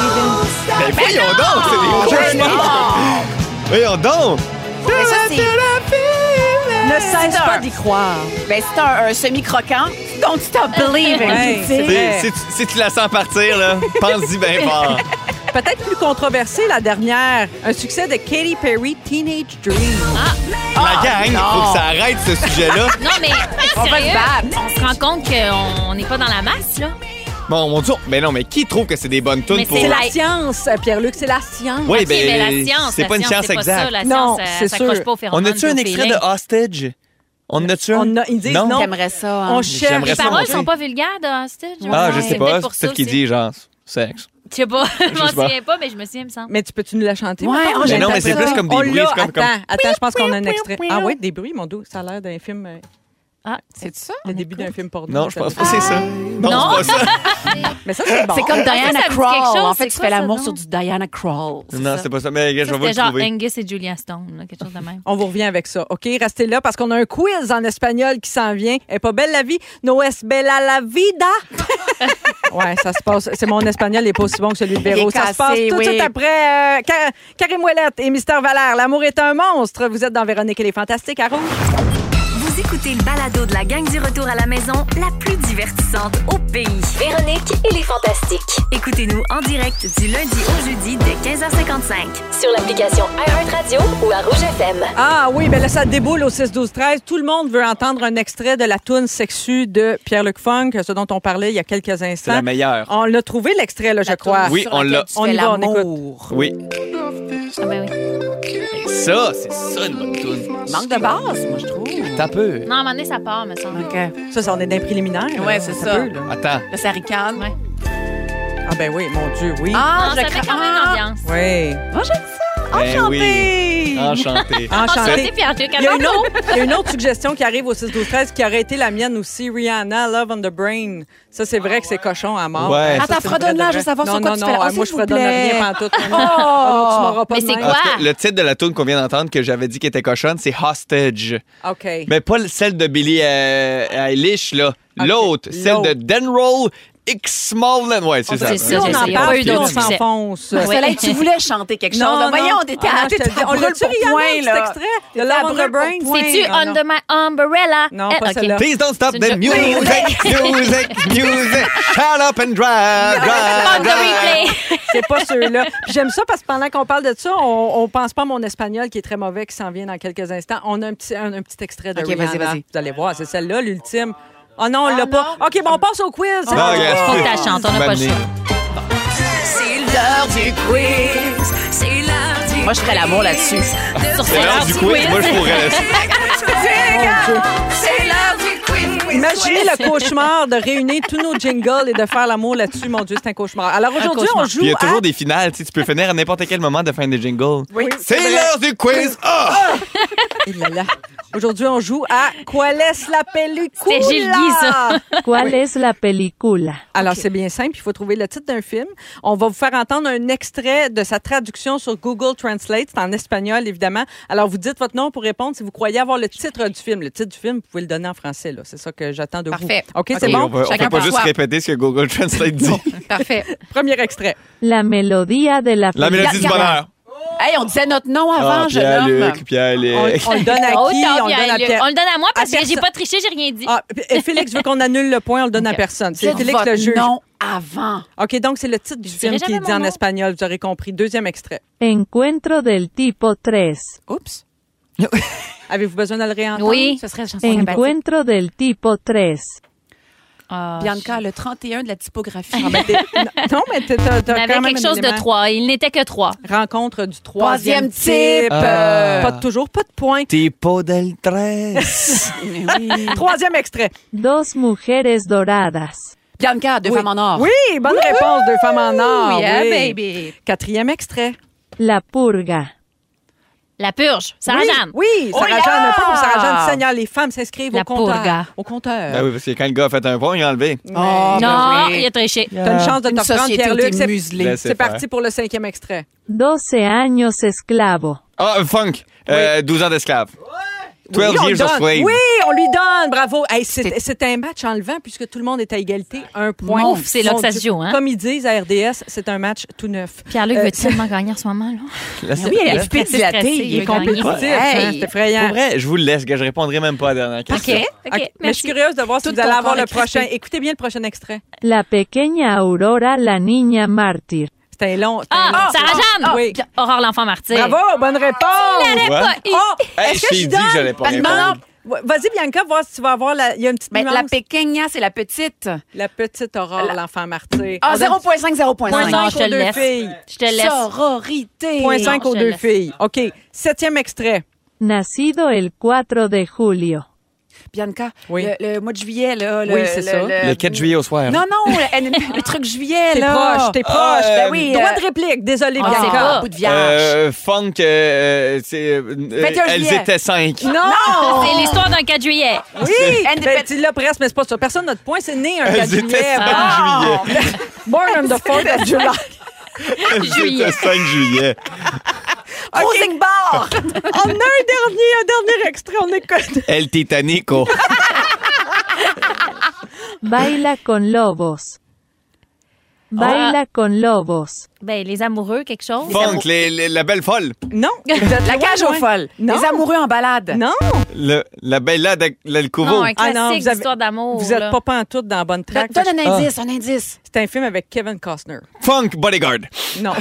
Ben, voyons donc, c'est des cauchemars! Voyons donc! Ben, Mais ça, c'est... Ne cesse Star. pas d'y croire. Ben, c'est un, un semi-croquant. Don't stop believing. Ouais, tu c'est sais. vrai. Si, tu- si tu la sens partir, là, [laughs] pense-y bien fort. Peut-être plus controversée, la dernière. Un succès de Katy Perry, Teenage Dream. Ah, La gang, non. faut que ça arrête ce sujet-là. Non, [laughs] mais On va se sérieux, battre. on se rend compte qu'on n'est pas dans la masse, là. Bon, mon Dieu, mais non, mais qui trouve que c'est des bonnes tunes Mais pour... c'est C'est la- la science, Pierre-Luc, c'est la science. Oui, Ok, mais la science, ben, c'est la pas une science c'est pas ça, exacte. la Non, science, euh, c'est ça s'accroche sûr. pas aux phéromones, On a-tu un aux extrait feelings. de Hostage? On a-tu un? On a- ils disent non. T'aimerais ça, hein? On J'aimerais cherche. Les ça paroles montrer. sont pas vulgaires de Hostage. Ah, je C'est sais peut-être pas. pour C'est ça peut-être qui aussi. dit, genre, sexe. Je sais pas, je m'en sais pas. souviens pas, mais je me souviens, il me semble. Mais tu peux-tu nous la chanter? Ouais, mettons? oh, Mais j'aime non, mais c'est ça. plus comme des On bruits, l'a, c'est comme- comme- Attends, attends, je pense qu'on a un extrait. Ah oui, des bruits, mon dos. Ça a l'air d'un film, euh, Ah, C'est ça? le début d'un film porno. Non, je pense pas que c'est ça. Non, Non. [laughs] c'est pas ça. Mais ça, c'est bon. C'est comme ça, ça me Diana dit quelque Crawl. chose. En fait, C'est tu quoi fais ça, l'amour non? sur du Diana Crawl. Non, c'est pas ça. Mais gars, je Ça, vais vous C'était le genre trouver. Angus et Julia Stone, là, quelque chose de même. On vous revient avec ça. OK? Restez là parce qu'on a un quiz en espagnol qui s'en vient. Elle est pas belle la vie. No es bella la vida. [laughs] Ouais, ça se passe. C'est mon espagnol n'est pas aussi bon que celui de Il Véro. est Ça se cassé, passe tout de oui. suite après euh, Ka- Karim Ouellette et Mystère Valère. L'amour est un monstre. Vous êtes dans Véronique et les Fantastiques à Rouge. Vous écoutez le balado de la gang du retour à la maison, la plus divertissante au pays. Véronique et les Fantastiques. Écoutez-nous en direct du lundi au jeudi dès 15h55 sur l'application iHeartRadio ou à Rouge FM. Ah oui, ben là, ça déboule au 6-12-13. Tout le monde veut entendre un extrait de la toune sexu de Pierre-Luc Funk, ce dont on parlait il y a quelques instants. la meilleure. On l'a trouvé, l'extrait, là, je crois. toune Oui, sur on laquelle l'a. tu On fais y va, on écoute. Oui. Ah ben oui. Et ça, c'est ça une bonne toune. Manque de base, moi, je trouve. T'as peu. Non, à un moment donné, ça part, me semble. Ça, ça, on est d'un préliminaire. là. Ouais, c'est ça. peut, là. Attends. Le saricane. Ah ben oui, mon Dieu, oui. Ah, Non, ça fait quand même l'ambiance. Oui. Moi, j'aime ça. Ben Enchanté. [laughs] oui. Enchanté. Enchanté. Enchanté, Pierre-Luc. Il y, a une Attends, autre, il y a une autre suggestion qui arrive au 6 12 13 qui aurait été la mienne aussi, Rihanna, Love on the Brain. Ça, c'est vrai que c'est cochon à mort. Ouais. Ça, Attends, c'est vrai de fredonne-la, vrai. je veux savoir non, sur quoi non, tu non, fais la- ah, Oh, moi, je s'il vous fredonne plaît. Oh! rien pantoute. non, non. Ah, non, tu m'auras pas Mais de c'est même. quoi? Parce que Le titre de la tune qu'on vient d'entendre que j'avais dit qui était cochonne, c'est Hostage. Ah, OK. Mais pas le- celle de Billy euh, Eilish, là. L'autre, celle de l'autre. Denroll X Smallland. Ouais, c'est Oh, ça. c'est Plus ça, on j'ai en essayé. Pas parle, eu plus on d'autres succès. s'enfonce. Ouais. Soleil, tu voulais chanter quelque chose. Non, non. Voyons, on était Ah, à je te dis, on on l'a le tué, Rihanna, point, cet là. extrait? T'es Le à Love on brûle the brain. pour point. C'est-tu Ah, non. Under My Umbrella? Non, Eh, pas ok. celle-là. Please don't stop C'est the une joke. music, music, music. Shut up and drive, drive, Euh, On the drive. replay. C'est pas ceux-là. Puis j'aime ça parce que pendant qu'on parle de ça, on, on pense pas à mon espagnol qui est très mauvais qui s'en vient dans quelques instants. On a un petit, un, un petit extrait de OK, Rihanna. vas-y, vas-y. Vous allez voir, c'est celle-là, l'ultime. Oh non, on l'a pas. OK, bon, on passe au quiz. C'est Ah, parti. yes. Faut que tu chantes, on n'a pas Tu m'as le choix. amené. C'est l'heure du quiz. C'est l'heure du Moi, je ferais l'amour là-dessus. Sur C'est l'heure du quiz. Moi, je pourrais laisser. C'est l'heure du quiz. Imaginez le cauchemar de réunir tous nos jingles et de faire l'amour là-dessus. Mon Dieu, c'est un cauchemar. Alors aujourd'hui, on cauchemar. joue Puis il y a à... toujours des finales. Tu sais, tu peux finir à n'importe quel moment de fin des jingles. Oui, C'est vrai. l'heure du quiz. Ah! Eh là là. Aujourd'hui, on joue à Quoi laisse la pellicule? C'était Gilles Guy, ça. [laughs] Quelle est la película? Alors, c'est bien simple. Il faut trouver le titre d'un film. On va vous faire entendre un extrait de sa traduction sur Google Translate. C'est en espagnol, évidemment. Alors, vous dites votre nom pour répondre si vous croyez avoir le titre du film. Le titre du film, vous pouvez le donner en français. là. C'est ça que j'attends de Parfait. vous. OK, c'est Et bon? On va- on Chacun peut pas pour juste soi. répéter ce que Google Translate dit. Parfait. Premier extrait. La mélodie de la [laughs] La mélodie du bonheur. Hey, on disait notre nom avant, Ah, jeune homme. Pierre-Luc, Pierre-Luc. [laughs] On, on le donne à qui? [laughs] Oh, on tant le bien, donne à Luc. Pierre. On le donne à moi parce À que j'ai personne. pas triché, j'ai rien dit. Ah, et Félix veut qu'on annule le point, on le donne à OK. personne. C'est Dites Félix le votre juge. nom avant. OK, donc c'est le titre du film dirai qui est jamais dit mon en nom. espagnol. Vous aurez compris. Deuxième extrait. Encuentro del tipo 3. Oups. Avez-vous besoin de le réentendre? Oui. Ce serait la Ben, chanson sympathique. Encuentro del tipo 3. Ah, Bianca, le 31 de la typographie. Ah, ben, t'es- non, mais t'as t'as quand On avait même quelque un chose de élément. trois. Il n'était que trois. Rencontre du troisième Troisième type. type. Ah. Euh, Pas de- toujours, pas de point. Tipo del tres. Mais oui. [laughs] Troisième extrait. Dos mujeres doradas. [laughs] Bianca, deux Oui. femmes en Ah. or. Ah, Oui, hein, bonne réponse, deux femmes en or. yeah, oui. baby. Quatrième extrait. La purga. La purge. Ça oui, Jeanne. oui, Sarah Oh yeah! Jeanne, un peu pour Sarah Jeanne du Seigneur. Les femmes s'inscrivent au La compteur. purga. Au compteur. Ben oui, parce que quand le gars a fait un point, il a enlevé. Ah, Oh, Non, ben oui. il a triché. T'as une chance de Une te reprendre, société où Pierre-Luc. t'es C'est- muselé. Laissez C'est faire. parti pour le cinquième extrait. 12 años esclavo. Ah, funk. Euh, 12 ans d'esclave. 12 Oui, on le years of donne. slave. Oui, on lui donne. Bravo. Hey, c'est c'est un match enlevant puisque tout le monde est à égalité. Un point. Ouf, c'est là que Mon ça se Dieu. joue, hein? Comme ils disent à RDS, c'est un match tout neuf. Pierre-Luc Euh, veut tellement gagner en ce [laughs] moment, là. Là, c'est- Oui, elle là, a plus Stressé, stressé, dilatée. il Il veut est gagner. complètement Positif, hein, c'est effrayant. hein. Pour vrai, je vous le laisse, que je répondrai même pas à la dernière OK. question. OK, mais OK. je suis merci. curieuse de voir si Tout vous allez ton avoir corps le est crispé. prochain. Écoutez bien le prochain extrait. La pequeña Aurora, la niña mártir. C'était long. c'était Ah, long. Sarah Jeanne. Ah, oui. Aurore l'enfant martyr. Bravo, bonne réponse. J'aurais Ouais. pas eu. Oh, Hey, est-ce que je je t'ai dit que j'allais donne? pas répondre. Non. Vas-y, Bianca, voir si tu vas avoir la... Il y a une petite Mais nuance. Ben, la pequeña, c'est la petite. La petite aurore, l'enfant martyr. Ah, On donne 0.5, 0.5. Non, je aux te le deux laisse. filles. Je te laisse. Sororité. Point 5 je aux te deux laisse. filles. OK. Septième extrait. Nacido el 4 de julio. Bianca, Oui. le, le mois de juillet, là. Le, Oui, c'est ça. Le 4 juillet au soir. Non, [laughs] non, le, le truc juillet, T'es là. proche, t'es proche. euh, ben oui. Ah, Droit euh, de réplique. Désolée, on sait Bianca. pas. bout de vierge. Euh, funk, euh, c'est, euh, elles juillet. étaient 5. non! C'est l'histoire d'un 4 juillet. Oui! Ben, tu l'as presque, mais c'est pas ça. Personne n'a de point. C'est né un 4 Elles étaient juillet. Ah! 5 juillet. [laughs] Born on the 4th of July. Elles Juillet. étaient 5 juillet. Crossing bar! [laughs] On a un dernier, un dernier extrait. On écoute. El Ah, Titanico. Baila con lobos. Ah. Baila con lobos. Ben, les amoureux, quelque chose. Les Funk, amoureux- les- les- la belle folle. Non. [laughs] La cage aux loin. folles. Non. Les amoureux en balade. Non. Le- la belle là le Non, courroux. un Ah classique non, vous avez- d'histoire d'amour. Vous êtes là. pas pantoute dans la bonne traque. Donne un Ah. indice, un indice. C'est un film avec Kevin Costner. Funk Bodyguard. Non.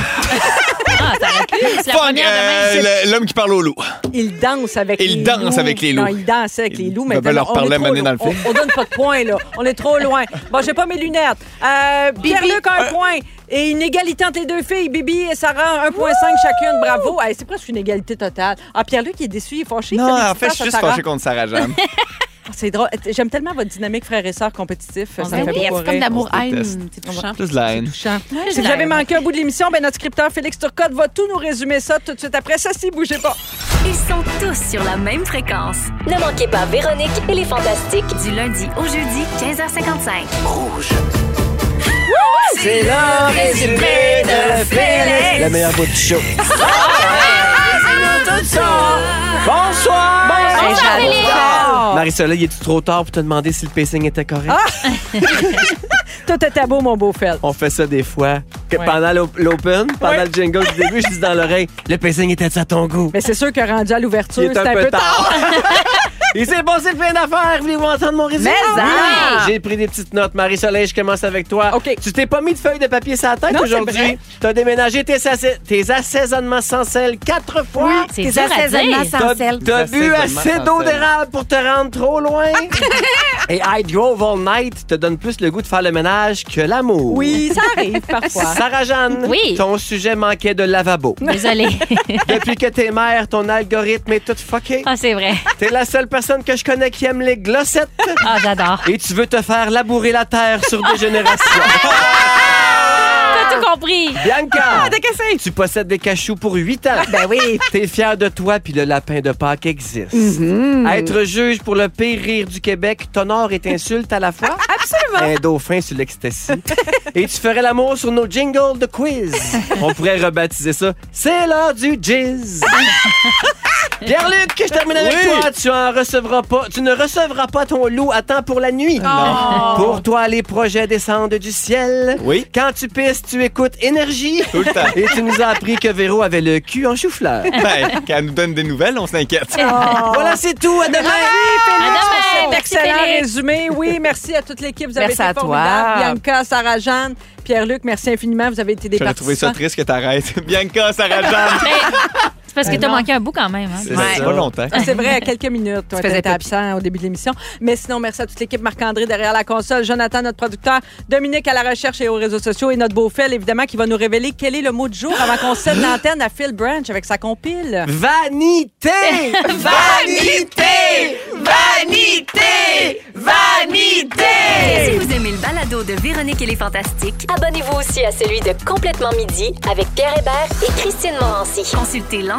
Ah, ça aurait pu, c'est la Funk première de même. euh, le- l'homme qui parle au loup. Il danse avec Il les loups. danse avec les loups. Non, il danse avec les Il- loups. ben, maintenant. ben, leur On est parlait trop à Mané loin. dans le film. On, on donne pas de points, là. On est trop loin. Bon, j'ai pas mes lunettes. Euh, Pierre-Luc a un point. Et une égalité entre les deux filles. Bibi et Sarah, 1,5 chacune. Bravo. Hey, c'est presque une égalité totale. Ah, Pierre-Luc, il est déçu, il est fâché. Non, Qu'est-ce qui se en fait, je passe suis à juste Sarah? fâché contre [laughs] Sarah Jeanne. Ah, C'est drôle. J'aime tellement votre dynamique frère et sœur compétitif. Ça me fait C'est beaucoup comme rire. l'amour-haine. déteste. C'est Hein? touchant. Plus de la haine. Touchant. Si l'aime. vous avez manqué un bout de l'émission, ben notre scripteur Félix Turcotte va tout nous résumer ça tout de suite après. Ça, si bougez pas. Ils sont tous sur la même fréquence. Ne manquez pas Véronique et les Fantastiques du lundi au jeudi 15h55. C'est le résumé de Félix. La meilleure bout du show. Ah, Bonsoir. Bonsoir, Félix. Marie-Soleil, est-tu trop tard pour te demander si le pacing était correct? Ah. Tout est à beau, mon beau Fel. On fait ça des fois. Que Ouais. Pendant l'op- l'open, pendant le jingle du début, je dis dans l'oreille, le pacing était à ton goût. Mais c'est sûr que rendu à l'ouverture, Il est c'est un peu tard. [laughs] Il s'est passé plein d'affaires. Voulez-vous entendre mon résumé? Mais hein! Oui. J'ai pris des petites notes. Marie-Soleil, je commence avec toi. OK. Tu t'es pas mis de feuilles de papier sur la tête Non, c'est vrai. aujourd'hui. T'as déménagé tes, assais- tes assaisonnements sans sel quatre fois. C'est Tes dur à assaisonnements dire. sans sel. T'as bu Assaisonnement assez d'eau sans sel. d'érable pour te rendre trop loin. Et I Drove All Night te donne plus le goût de faire le ménage que l'amour. Ah. Oui, ça arrive parfois. Sarah-Jeanne, Oui. ton sujet manquait de lavabo. Désolée. Depuis que t'es mère, ton algorithme est tout fucké. Ah, c'est vrai. T'es la seule personne que je connais qui aime les glossettes. Ah, j'adore. Et tu veux te faire labourer la terre sur des générations. Ah. T'as tout compris. Bianca! Tu possèdes des cachous pour 8 ans. Ah, Ben oui. T'es fier de toi, puis le lapin de Pâques existe. Être juge pour le pire rire du Québec t'honore et t'insulte à la fois. [laughs] Absolument. Un dauphin sur l'ecstasy. et tu ferais l'amour sur nos jingles de quiz. On pourrait rebaptiser ça C'est l'heure du jizz. Pierre-Luc, je termine avec Oui. toi. Tu en recevras pas. Tu ne recevras pas ton loup à temps pour la nuit. Oh. Oh. Pour toi, les projets descendent du ciel. Oui. Quand tu pisses, tu écoutes énergie. Tout le temps. Et tu nous as appris que Véro avait le cul en chou-fleur. Ben, quand elle nous donne des nouvelles, on s'inquiète. Oh. Ah. Voilà, c'est tout. À demain. À demain. C'est Merci, excellent Félix. résumé. Oui, merci à toute l'équipe. Vous avez Merci été à toi. formidables. Bianca, Sarah-Jeanne, Pierre-Luc, merci infiniment. Vous avez été des J'aurais trouvé ça participants. triste que t'arrêtes. [laughs] Bianca, Sarah Jeanne. Mais Ben, c'est parce que t'as non. manqué un bout quand même. hein. C'est pas longtemps. Ah, C'est vrai, à quelques minutes. Tu faisais étais absent au début de l'émission. Mais sinon, merci à toute l'équipe. Marc-André derrière la console, Jonathan, notre producteur, Dominique à la recherche et aux réseaux sociaux et notre beau Phil, évidemment, qui va nous révéler quel est le mot du jour avant qu'on cède l'antenne à Phil Branch avec sa compile. Vanité. [laughs] Vanité! Vanité! Vanité! Si vous aimez le balado de Véronique et les Fantastiques, abonnez-vous aussi à celui de Complètement Midi avec Pierre Hébert et Christine Morancy. Consultez